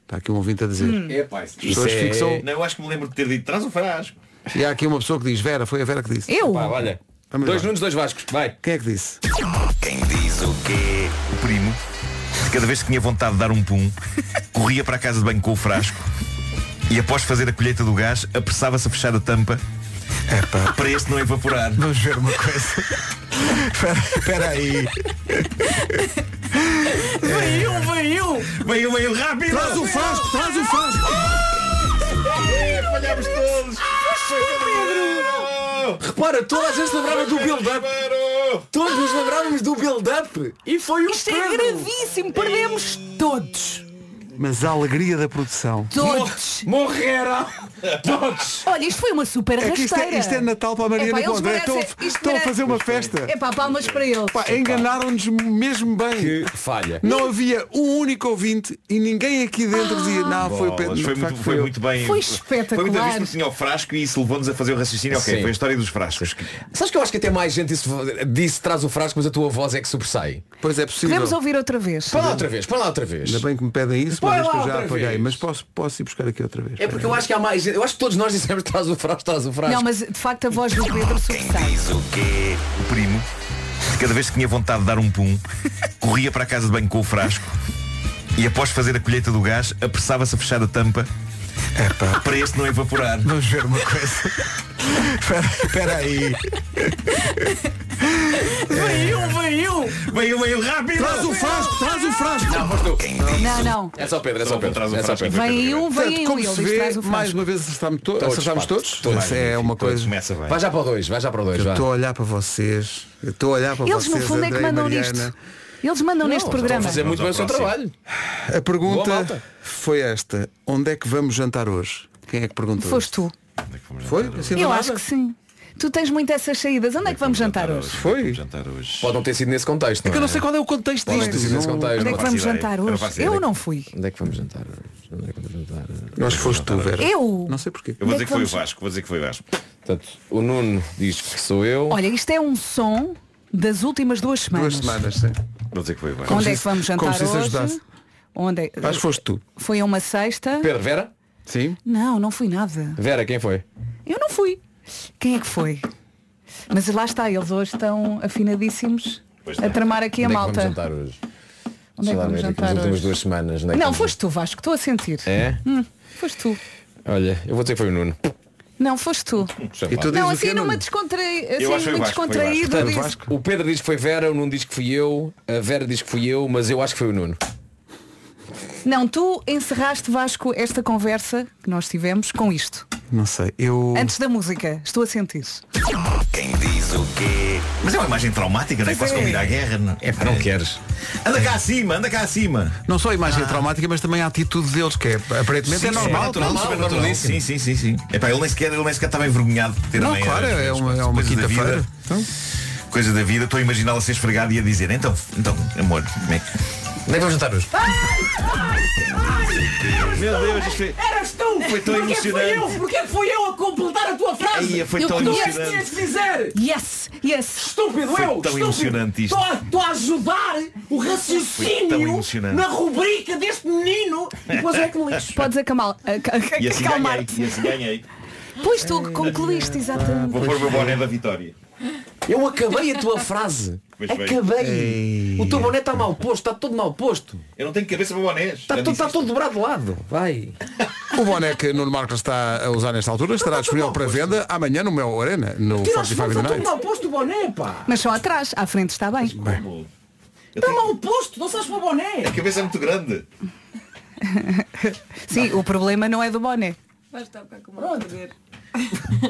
B: Está aqui um ouvinte a dizer.
G: É, pá, isso-
B: As pessoas
G: isso é-
B: fixam.
L: Não, eu acho que me lembro de ter dito, traz o frasco.
B: E há aqui uma pessoa que diz, Vera, foi a Vera que disse.
D: Eu?
G: Pá, Ah, olha.
B: Vamos
G: dois
B: embora.
G: Nunes, dois Vascos. Vai.
B: Quem é que disse?
L: Quem diz o quê? O primo, que cada vez que tinha vontade de dar um pum, corria para a casa de banho com o frasco e após fazer a colheita do gás, apressava-se a fechar a tampa para este não evaporar.
B: Vamos ver uma coisa. Espera aí.
H: Veio, veio!
L: Veio, veio, rápido!
H: Traz o frasco, traz o frasco!
L: Falhamos todos! Pedro!
G: Repara, toda a gente se lembrava do build-up. Todos nos lembrávamos do build-up. E foi o
D: Isto é
G: Pedro.
D: gravíssimo, perdemos todos.
B: Mas a alegria da produção.
D: Todos.
G: Morreram. Todos.
D: Olha, isto foi uma super
B: É que isto é-
D: rasteira.
B: isto é Natal para a Mariana
D: Epá, eles
B: Condra.
D: merecem-
B: Estão-
D: isto
B: estão a
D: merece-
B: fazer uma festa.
D: Epá, palmas para eles.
B: Pá, é enganaram-nos mesmo bem.
G: Que falha.
B: Não havia um único ouvinte e ninguém aqui dentro dizia, não, Ah, foi o Pedro.
L: Ah. Bolas,
B: de
L: Foi,
B: facto,
L: muito, foi
B: eu."
L: muito bem.
D: Foi
L: Foi muito
D: espetacular.
L: visto porque tinha o frasco e isso levou-nos a fazer o raciocínio. Ok,
G: Sim.
L: foi a história dos frascos.
G: Sabes que eu acho que até mais gente disse, disse traz o frasco, mas a tua voz é que sobressai.
B: Pois é
D: Podemos ouvir outra vez.
G: Põe lá outra vez, põe lá outra vez.
B: Ainda bem que me pedem isso, uma
G: Põe
B: vez que
G: lá
B: eu já
G: outra
B: apaguei.
G: vez.
B: Mas posso, posso ir buscar aqui outra vez.
G: É porque eu acho que há mais gente. Eu acho que todos nós dissemos traz o frasco, traz o frasco.
D: Não, mas de facto a voz do Pedro sobressai.
L: Diz o quê? O primo, que cada vez que tinha vontade de dar um pum, corria para a casa de banho com o frasco e após fazer a colheita do gás, apressava-se a fechar a tampa
B: É,
L: para este não evaporar.
B: Vamos ver uma coisa. Espera- Espera aí.
H: Veio, veio!
L: Veio, veio, rápido!
H: Traz o frasco, traz o frasco!
G: Não, mas tu.
D: Não, não.
G: É só Pedro, é só Pedro.
L: Traz o
G: É só
L: frasco.
G: Pedro.
D: Vem aí um, vem aí
B: Portanto,
D: um
B: como
D: e ele
B: se
D: diz traz
B: vê,
D: o
B: mais
D: frasco.
B: uma vez acertámos to
G: Todos,
B: acertámos
G: pá,
B: todos.
G: todos.
B: Mas é uma coisa.
L: então Começa bem.
G: Vai já para o dois, vai já para o dois.
B: Eu
G: vá.
B: estou a olhar para vocês. Eu estou a olhar para
D: Eles
B: vocês.
D: no fundo é que
B: André e
D: mandam
B: Mariana.
D: nisto. Eles mandam neste
G: Estão a
D: programa.
G: fazer é muito bem o seu trabalho.
B: A
G: Boa,
B: pergunta
G: malta.
B: foi esta. Onde é que vamos jantar hoje? Quem é que perguntou?
D: Foste tu.
B: isto? Foi? Assim do
D: Eu
B: nada?
D: acho que sim. Tu tens muito essas saídas. Onde é que vamos jantar hoje?
B: Foi?
L: Jantar hoje.
G: Pode não ter sido nesse contexto.
B: É que eu não sei qual é o contexto
G: Pode não ter
B: disto.
G: sido nesse
B: Não-
D: Onde
G: contexto.
D: é que
G: não faço
D: vamos
G: ideia.
D: jantar
L: Eu não
D: hoje?
L: faço
D: Eu
L: ideia.
D: não fui.
G: Onde é que vamos jantar? hoje? Onde é que vamos jantar? hoje?
B: Eu acho que foste tu, Vera.
D: Eu?
B: Não sei porquê.
L: Eu vou
D: Onde
L: dizer
D: é que
L: que foi o
D: vamos?
L: Vasco, vou dizer que foi o Vasco.
G: Portanto, o Nuno diz que sou eu.
D: Olha, isto é um som das últimas duas
B: Duas
D: semanas.
B: semanas, sim.
L: Vou dizer que foi o Vasco.
D: Onde é que vamos
B: como
D: jantar
B: se isso
D: hoje?
B: ajudasse.
D: Onde é...
B: Acho que foste tu.
D: Foi uma sexta?
G: Pedro, Vera?
B: Sim?
D: Não, não fui nada.
G: Vera, quem foi?
D: Eu não fui. Quem é que foi? Mas lá está, eles hoje estão afinadíssimos a tramar aqui a
G: Onde é que
D: malta.
G: vamos jantar hoje?
D: Onde é que
G: Sei lá,
D: vamos
G: Vera, que
D: jantar
G: nas últimas
D: hoje?
G: duas semanas. onde é que
D: Não,
G: vamos-
D: foste tu, Vasco, estou a sentir. Hum,
G: É?
D: Foste tu.
G: Olha, eu vou dizer que foi o Nuno.
D: Não, foste tu.
G: Sei
B: E
G: lá.
B: tu dizes
D: não,
B: o
D: assim
B: quê,
D: numa
B: Nuno?
D: descontraí...
L: Eu acho
D: assim,
L: que foi
D: muito
L: Vasco, foi
D: descontraído.
B: Portanto,
D: disse-
B: Vasco.
G: O Pedro diz que foi Vera, o Nuno diz que fui eu, a Vera diz que fui eu, mas eu acho que foi o Nuno.
D: Não, tu encerraste, Vasco, esta conversa que nós tivemos com isto.
B: Não sei. Eu.
D: Antes da música, estou a sentir.
L: Quem diz o quê? Mas é uma imagem traumática, não é?
D: Pois
L: Quase
D: é.
L: convida à guerra, não é?
G: Não queres.
L: Anda cá acima, anda cá acima.
B: Não só a imagem traumática, mas também a atitude deles, que é, aparentemente é normal.
L: natural,
B: pronto.
L: super natural. Sim, sim, sim, sim. Epá, ele nem sequer, ele nem sequer estava envergonhado de ter
B: Não,
L: a meia.
B: claro,
L: às
B: é
L: vezes,
B: uma,
L: mas
B: é uma
L: coisas da vida-
B: quinta-feira. Então,
L: Coisa da vida, estou a imaginá-la ser esfregada e a dizer, então, então, amor, como é que.
G: Onde é que vamos jantar hoje?
L: Meu Deus, isto é.
H: Eras tu!
L: Foi tão
H: Porquê que fui
L: emocionante.
H: eu? Porquê que fui eu a completar a tua frase?
L: Eia, foi
H: eu
L: tão
H: tu é que
L: emocionante.
H: tinhas de dizer!
D: Yes, yes.
H: Estúpido
L: Foi
H: eu!
L: tão
H: estúpido.
L: emocionante isto.
H: Estou a- Estou a ajudar o
L: Foi tão
H: raciocínio
L: emocionante.
H: na rubrica deste menino. Depois é que me lixo.
D: Podes acalmar- aca- aca-
L: E assim ganhei,
D: acalmar-te.
L: e assim ganhei.
D: Pois tu concluíste, exatamente.
L: Vou pôr o meu boné da vitória.
G: Eu acabei a tua frase.
L: Pois bem.
G: Acabei. O teu boné está mal posto, está todo mal posto.
L: Eu não tenho cabeça para bonés.
D: Tá
G: Está
L: Já
G: todo,
L: disse
G: está todo dobrado de lado. Vai.
B: o boné que Nuno Marcos está a usar nesta altura estará disponível para venda amanhã no Mel Arena, no
H: Tira os
B: Fortify
H: fones,
B: the
H: está tudo
B: Night.
H: mal posto o boné, pá!
D: Mas só atrás, à frente está bem.
L: isto. Eu
H: Está
L: tenho-
H: mal posto, não sabes para o boné!
L: A cabeça é muito grande.
D: Sim, o problema não é do boné.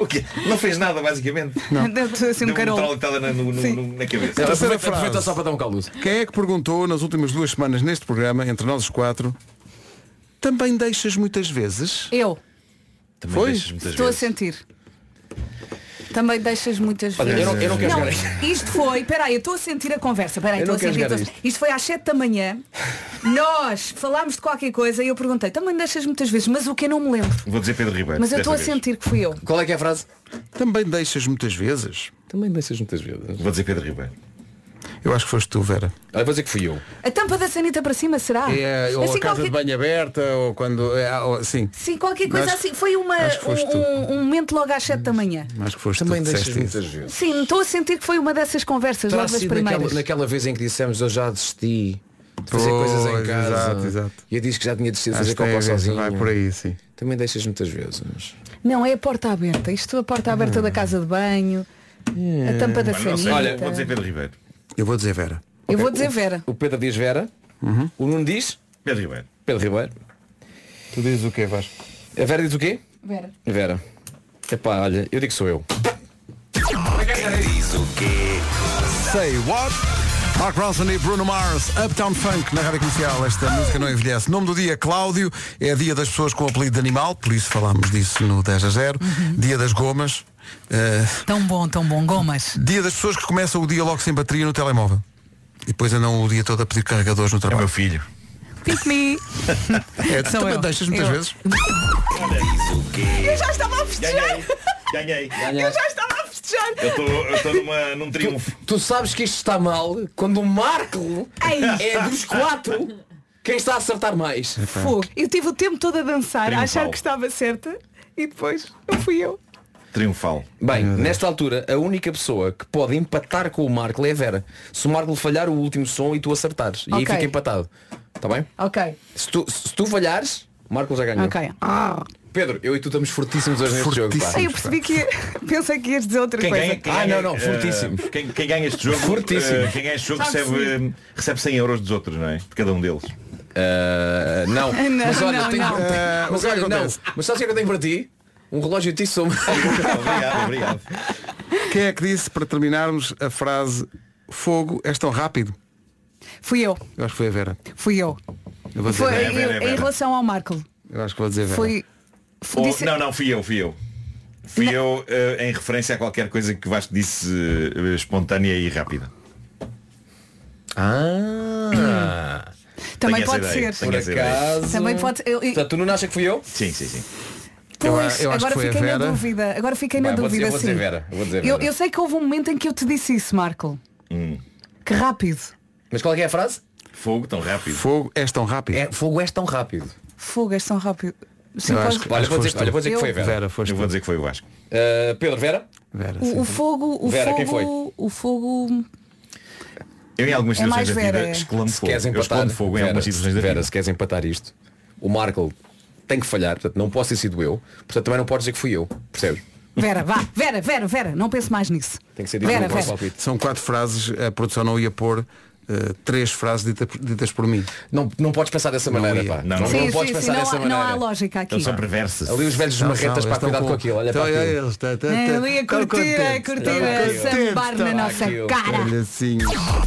L: O quê? Não fez nada, basicamente.
D: Deu-te assim um
L: Deu uma
D: carol.
L: traletada na, no- no-
D: Sim. Então,
L: no- na cabeça.
B: Terceira
G: aproveita, aproveita
B: frase.
G: só para dar um caldo.
B: Quem é que perguntou nas últimas duas semanas neste programa, entre nós os quatro, também deixas muitas vezes?
D: Eu
L: Também
B: Foi?
L: deixas muitas
D: estou a
L: vezes.
D: sentir. Também deixas muitas
G: Olha,
D: vezes.
G: eu não- eu não quero
D: Não,
G: jogar
D: isto foi, peraí, eu estou a sentir a conversa, peraí,
G: Eu
D: estou
G: não
D: a
G: quero
D: sentir.
G: jogar
D: estou a- Isto foi às 7 da manhã. Nós falámos de qualquer coisa e eu perguntei, também deixas muitas vezes, mas o que eu não me lembro.
L: Vou dizer Pedro Ribeiro.
D: Mas eu
L: desta
D: estou a
L: É vez.
D: sentir que fui eu.
G: Qual é que é a frase?
B: Também deixas muitas vezes?
G: Também deixas muitas vezes.
L: Vou dizer Pedro Ribeiro.
B: Eu acho que foste tu, Vera.
G: Olha, vou dizer que fui eu.
D: A tampa da sanita para cima será?
B: É, ou a
D: assim,
B: casa
D: qualquer...
B: de banho aberta, ou quando. é, ou- sim.
D: Sim, qualquer coisa
B: Acho-
D: assim. Foi uma,
B: acho que foste tu.
D: um, um momento logo às 7 da manhã.
B: Acho que foste
G: Também
B: tu que
G: deixas
B: disseste isso.
G: muitas vezes.
D: Sim, estou a sentir que foi uma dessas conversas
G: Terá
D: logo das
G: sido naquela,
D: primeiras.
G: naquela vez em que dissemos eu já desisti de fazer
B: Pois,
G: coisas em casa.
B: exato, exato.
G: E eu disse que já tinha desistido de
B: Acho
G: fazer
B: que tem a
G: copa
B: ver,
G: sozinho.
B: vai por aí, sim.
G: Também deixas muitas vezes.
D: Não, é a porta aberta. Isto a porta
B: Hum.
D: aberta da casa de banho,
B: É.
D: a tampa da
G: Mas não sei.
D: sanita.
G: Olha, vou
L: dizer Pedro Ribeiro.
B: Eu vou dizer Vera.
D: Eu vou dizer Vera.
G: O Pedro diz Vera. O Nuno diz?
L: Pedro Ribeiro.
G: Pedro Ribeiro.
B: Tu dizes o quê, Vasco?
G: A Vera diz o quê?
D: Vera.
G: Vera. Epá, olha, eu digo que sou eu.
N: Diz o quê?
B: Say what? Mark Ronson e Bruno Mars, Uptown Funk na rádio comercial. Esta música não envelhece. Nome do dia, Cláudio. É dia das pessoas com o apelido de animal, por isso falámos disso no 10 a 0. Dia das gomas. eh,
D: Tão bom, tão bom, gomas.
B: dia das pessoas que começam o dia logo sem bateria no telemóvel. E depois andam o dia todo a pedir carregadores no trabalho. É meu
L: filho.
D: Pick me.
B: É, tu
D: Sou
B: também
D: eu.
B: deixas muitas
D: Eu.
B: vezes.
D: Eu já estava a festejar.
L: Ganhei.
D: Eu já estava a festejar.
L: Eu estou numa- num triunfo.
G: Tu sabes que isto está mal quando o Marco
D: Ei.
G: é dos quatro quem está a acertar mais.
D: Fogo. Eu tive o tempo todo a dançar, a achar
G: Triunfal.
D: que estava certa e depois não fui eu.
L: Triunfal.
G: Bem, nesta altura, a única pessoa que pode empatar com o Marco é a Vera. Se o Marco falhar o último som e tu acertares. E aí
D: Ok.
G: fica empatado. Está bem?
D: Ok.
G: Se tu, se tu falhares, o Marco já ganhou.
D: Ok.
B: Ah,
G: Pedro, eu e tu estamos fortíssimos hoje neste jogo. pá.
D: Ai, eu percebi que ia- pensei que ias dizer outra
L: Quem
D: coisa.
L: ganha, quem
G: Ah,
L: ganha,
G: não, não,
L: eh,
G: fortíssimo.
L: Quem, quem ganha este jogo,
G: Fortíssimo.
L: eh, quem ganha este jogo
G: Sabe
L: recebe, eh, recebe 100 euros dos outros, não é? De cada um deles.
G: Ah, não.
L: Não,
G: mas olha,
L: não,
G: tenho- Ah,
L: não. Eh,
G: Mas
L: o que
G: olha, não.
L: acontece?
G: Mas sabes o que é que eu tenho para ti? Um relógio Tissot.
L: obrigado, obrigado.
B: Quem é que disse, para terminarmos, a frase Fogo és tão rápido?
D: Fui eu,
B: Eu acho que foi a Vera.
D: fui eu.
B: Eu, vou dizer
D: Foi
B: Vera.
D: eu, em relação ao Marco.
B: Eu acho que vou dizer Vera.
D: Foi.
L: Ou-
D: disse-
L: Oh, Não, não, fui eu, fui eu. Fui eu eh, em referência a qualquer coisa que o Vasco disse eh, espontânea e rápida.
G: Ah.
D: Também
L: Tenho essa
D: pode
L: ideia,
D: ser.
L: tenho essa
G: Por
L: ideia.
G: acaso.
D: Também pode. Eu, eu-
G: Portanto, tu não achas que fui eu?
L: Sim, sim, sim.
D: pois,
G: eu acho
D: agora
G: que foi a
D: fiquei na
G: Vera.
D: dúvida. Agora fiquei na
G: Vai, vou
D: dúvida,
G: dizer- vou dizer
D: sim.
G: Vera, vou dizer
D: eu,
G: Vera.
D: eu sei que houve um momento em que eu te disse isso, Marco.
L: Hum.
D: Que rápido.
G: Mas qual é que é a frase?
L: Fogo tão rápido.
B: Fogo és tão rápido.
G: É, fogo és tão rápido.
D: Fogo, és tão rápido. Sim,
B: Eu
D: pode-
B: acho que-
G: Olha,
B: acho
G: vou
B: que
G: dizer,
B: foste
G: olha,
B: tu.
G: vou dizer que foi a Vera.
B: Vera, foste
L: Eu vou dizer que foi o Vasco.
G: Uh, Pedro, Vera?
B: Vera.
D: O, o fogo. O
G: Vera,
D: fogo,
G: quem
D: O fogo.
L: Eu em algumas
D: É mais
L: situações da
D: Vera,
L: vida
D: é.
L: exclamo
G: se
L: fogo.
G: queres
L: Eu
G: empatar,
L: exclamo fogo em
G: Vera,
L: algumas situações da
G: Vera,
L: vida.
G: se queres empatar isto, o Marco tem que falhar, portanto não posso ter sido eu, portanto também não podes dizer que fui eu, percebes?
D: Vera, vá. Vera, Vera, Vera. Não penso mais nisso.
G: Tem que ser dito
D: Vera,
G: no vosso
D: Vera.
G: palpite.
B: São quatro frases, a produção não ia pôr eh, três frases dita- ditas por mim.
G: Não, não podes pensar dessa maneira, pá. Não,
D: Sim,
G: não
D: sim,
G: podes
D: sim,
G: pensar
D: não
G: dessa
D: há- não
G: maneira.
D: há lógica aqui. Eles são
L: perversos.
G: Ali os velhos
B: Não,
G: marretas
B: são, eles
G: para cuidado
B: estão
G: com,
B: com-
G: aquilo, olha
B: estão-
G: para aquilo.
B: olha eles, tá, tá,
D: É, Ali a
B: Estão
D: curtir,
B: contentes,
D: a curtir,
B: estão
D: a
B: contentes,
D: sambar
B: estão
D: na nossa
B: aquilo.
D: cara.
B: Olha assim.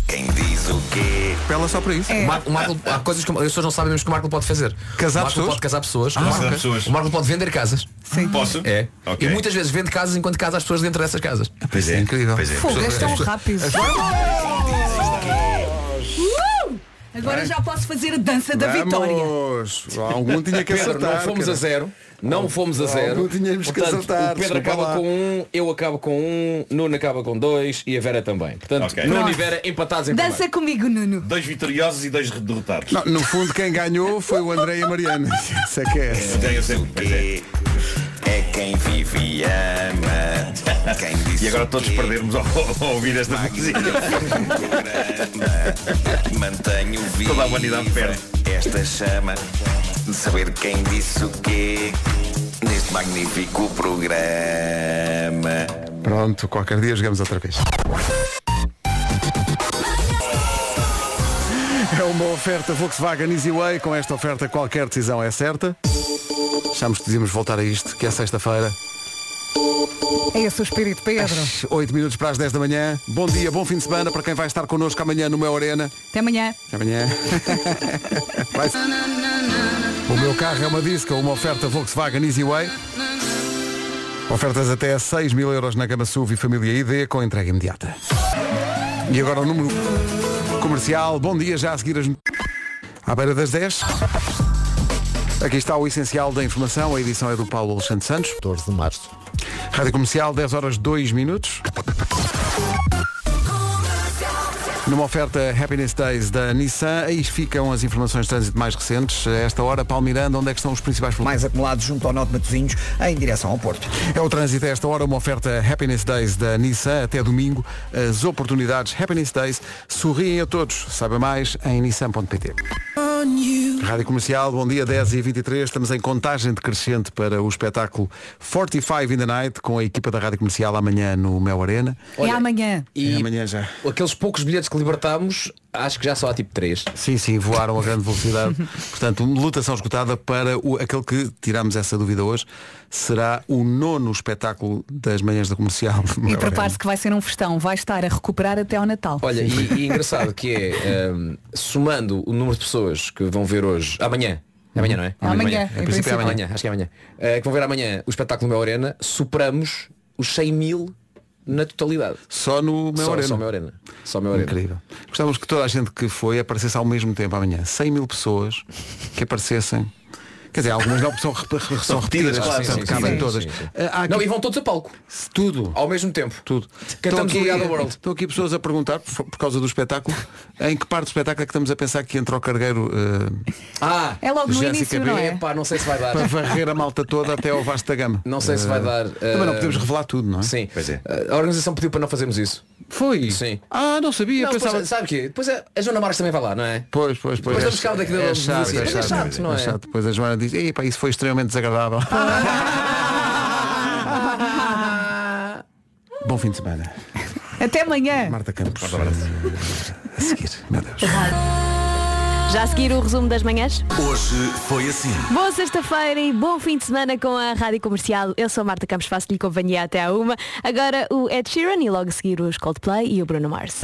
N: Quem diz o quê?
B: Pela só para isso.
G: O Marco- o Marco- há coisas que as pessoas não sabem mesmo que o Marco pode fazer.
B: Casar
G: o Marco
B: pessoas?
G: pode casar pessoas.
B: Ah,
G: o, Marco,
B: casar pessoas.
G: o Marco pode vender casas.
D: Sim.
L: Posso?
G: É.
L: Ok.
G: E muitas vezes vende casas enquanto casa as pessoas dentro dessas casas.
L: Pois é, incrível. Pois é.
D: Fogo, és tão rápido. Uh! Agora já posso fazer a dança da vitória.
B: Algum tinha que
G: Pedro,
B: acertar,
G: não fomos
B: cara.
G: a zero. Não fomos a
B: algum
G: zero.
B: tínhamos que
G: Portanto,
B: acertar,
G: O Pedro
B: desculpa
G: acaba
B: lá.
G: com um, eu acabo com um, Nuno acaba com dois e a Vera também. Portanto,
L: Ok.
G: Nuno e
L: Pronto.
G: Vera empatados em primeiro.
D: Dança comigo, Nuno.
L: Dois vitoriosos e dois derrotados.
B: Não, no fundo quem ganhou foi o André e a Mariana. Isso é que é.
L: Ganha sempre, pois é.
N: É quem vive e ama. Quem diz
L: E agora todos perdermos ao, ao ouvir esta música.
N: programa. Mantenho viva Toda a humanidade perde. Esta chama de saber quem disse o quê neste magnífico programa.
B: Pronto, qualquer dia jogamos outra vez. É uma oferta Volkswagen Easy Way. Com esta oferta, qualquer decisão é certa. Achamos que devíamos voltar a isto, que é sexta-feira.
D: É esse o espírito, Pedro.
B: 8 minutos para as 10 da manhã. Bom dia, bom fim de semana para quem vai estar connosco amanhã no Meu Arena.
D: Até amanhã.
B: Até amanhã. é? Vai ser- O meu carro é uma disca, uma oferta Volkswagen Easy Way. Ofertas até 6 mil euros na gama SUV e família ID com entrega imediata. E agora o número comercial. Bom dia, já a seguir as... no- À beira das 10. Aqui está o essencial da informação. A edição é do Paulo Alexandre Santos. 14 de março. Rádio Comercial, 10 horas 2 minutos.
N: Numa oferta Happiness Days da Nissan, aí ficam as informações de trânsito mais recentes. A esta hora, Palmiranda, onde é que estão os principais problemas?
I: Mais um. acumulados junto ao Norte de Matosinhos, em direção ao Porto.
N: É o trânsito a esta hora, uma oferta Happiness Days da Nissan até domingo. As oportunidades Happiness Days sorriem a todos. Saiba mais em nissan.pt. Rádio Comercial, bom dia, 10 e 23 Estamos em contagem decrescente para o espetáculo 45 in the Night com a equipa da Rádio Comercial amanhã no Mel Arena.
D: é amanhã.
G: E
N: amanhã já.
G: Aqueles poucos bilhetes que libertámos, acho que já só há tipo 3.
N: Sim, sim, voaram a grande velocidade. Portanto, uma lutação esgotada para o, aquele que tiramos essa dúvida hoje. Será o nono espetáculo das manhãs da comercial.
D: E prepare-se que vai ser um festão. Vai estar a recuperar até ao Natal.
G: Olha, e, e engraçado que é, hum, somando o número de pessoas que vão ver hoje, amanhã, é amanhã não é?
D: Uhum. Amanhã, em
G: em princípio é amanhã, acho que é amanhã, eh, que vão ver amanhã o espetáculo Meu Arena, superamos os 100 mil na totalidade.
N: Só no Mel
G: só,
N: Arena.
G: Só Meu Arena. Só Meu Arena.
N: Incrível. Gostávamos que toda a gente que foi aparecesse ao mesmo tempo amanhã. 100 mil pessoas que aparecessem. Quer dizer, algumas não são, rep- são
G: São
N: repetidas,
G: repetidas, claro,
N: portanto,
G: sim, sim,
N: cabem
G: sim,
N: todas.
G: sim, sim.
N: Ah, há aqui-
G: Não, e vão todos a palco.
N: Tudo.
G: Ao mesmo tempo.
N: Tudo. Estão
G: Cantamos
N: aqui,
G: o Real World.
N: estão aqui pessoas a perguntar, por, por causa do espetáculo, em que parte do espetáculo é que estamos a pensar que entra o cargueiro eh,
G: Ah,
D: É logo no
N: Jéssica
D: início,
N: B.
D: não
G: é
D: é?
G: pá, não sei se vai dar.
N: para varrer a malta toda até ao vasto da gama?
G: Não sei se vai
N: Eh,
G: dar.
N: Também não podemos revelar tudo, não é?
G: Sim. Eh, A organização pediu para não fazermos isso.
N: Foi?
G: Sim.
N: Ah, não sabia,
G: Não, é,
N: pensava.
G: depois, sabe o quê? Depois a, a Joana Marques também vai lá, não é?
N: Pois, pois, pois.
G: Depois damos cabo daquilo da
N: é chato,
G: velocidade.
N: é
G: Mas é
N: chato,
G: chato, não é?
N: chato. Depois a Joana diz, "Ei, pá, isso foi extremamente desagradável. Bom fim de semana.
D: Até amanhã.
N: Marta Campos. A seguir.
L: Já a seguir o resumo das manhãs?
O: Hoje foi assim.
L: Boa sexta-feira e bom fim de semana com a Rádio Comercial. Eu sou a Marta Campos, faço-lhe companhia até à uma. Agora o Ed Sheeran e logo a seguir os Coldplay e o Bruno Mars.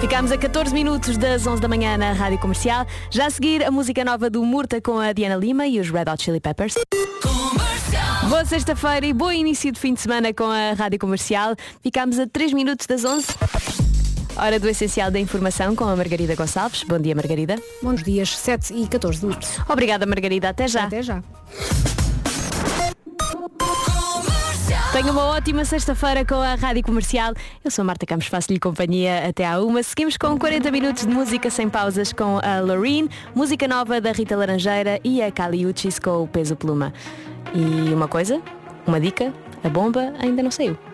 L: Ficámos a 14 minutos das 11 da manhã na Rádio Comercial. Já a seguir a música nova do Murta com a Diana Lima e os Red Hot Chili Peppers. Boa sexta-feira e bom início de fim de semana com a Rádio Comercial. Ficámos a 3 minutos das 11. Hora do Essencial da Informação com a Margarida Gonçalves. Bom dia, Margarida.
P: Bons dias, 7 e 14 de março.
L: Obrigada, Margarida. Até já.
P: Até já.
L: Tenha uma ótima sexta-feira com a Rádio Comercial. Eu sou a Marta Campos, faço-lhe companhia até à uma. Seguimos com 40 minutos de música sem pausas com a Loreen, música nova da Rita Laranjeira e a Kali Uchis com o Peso Pluma. E uma coisa, uma dica, a bomba ainda não saiu.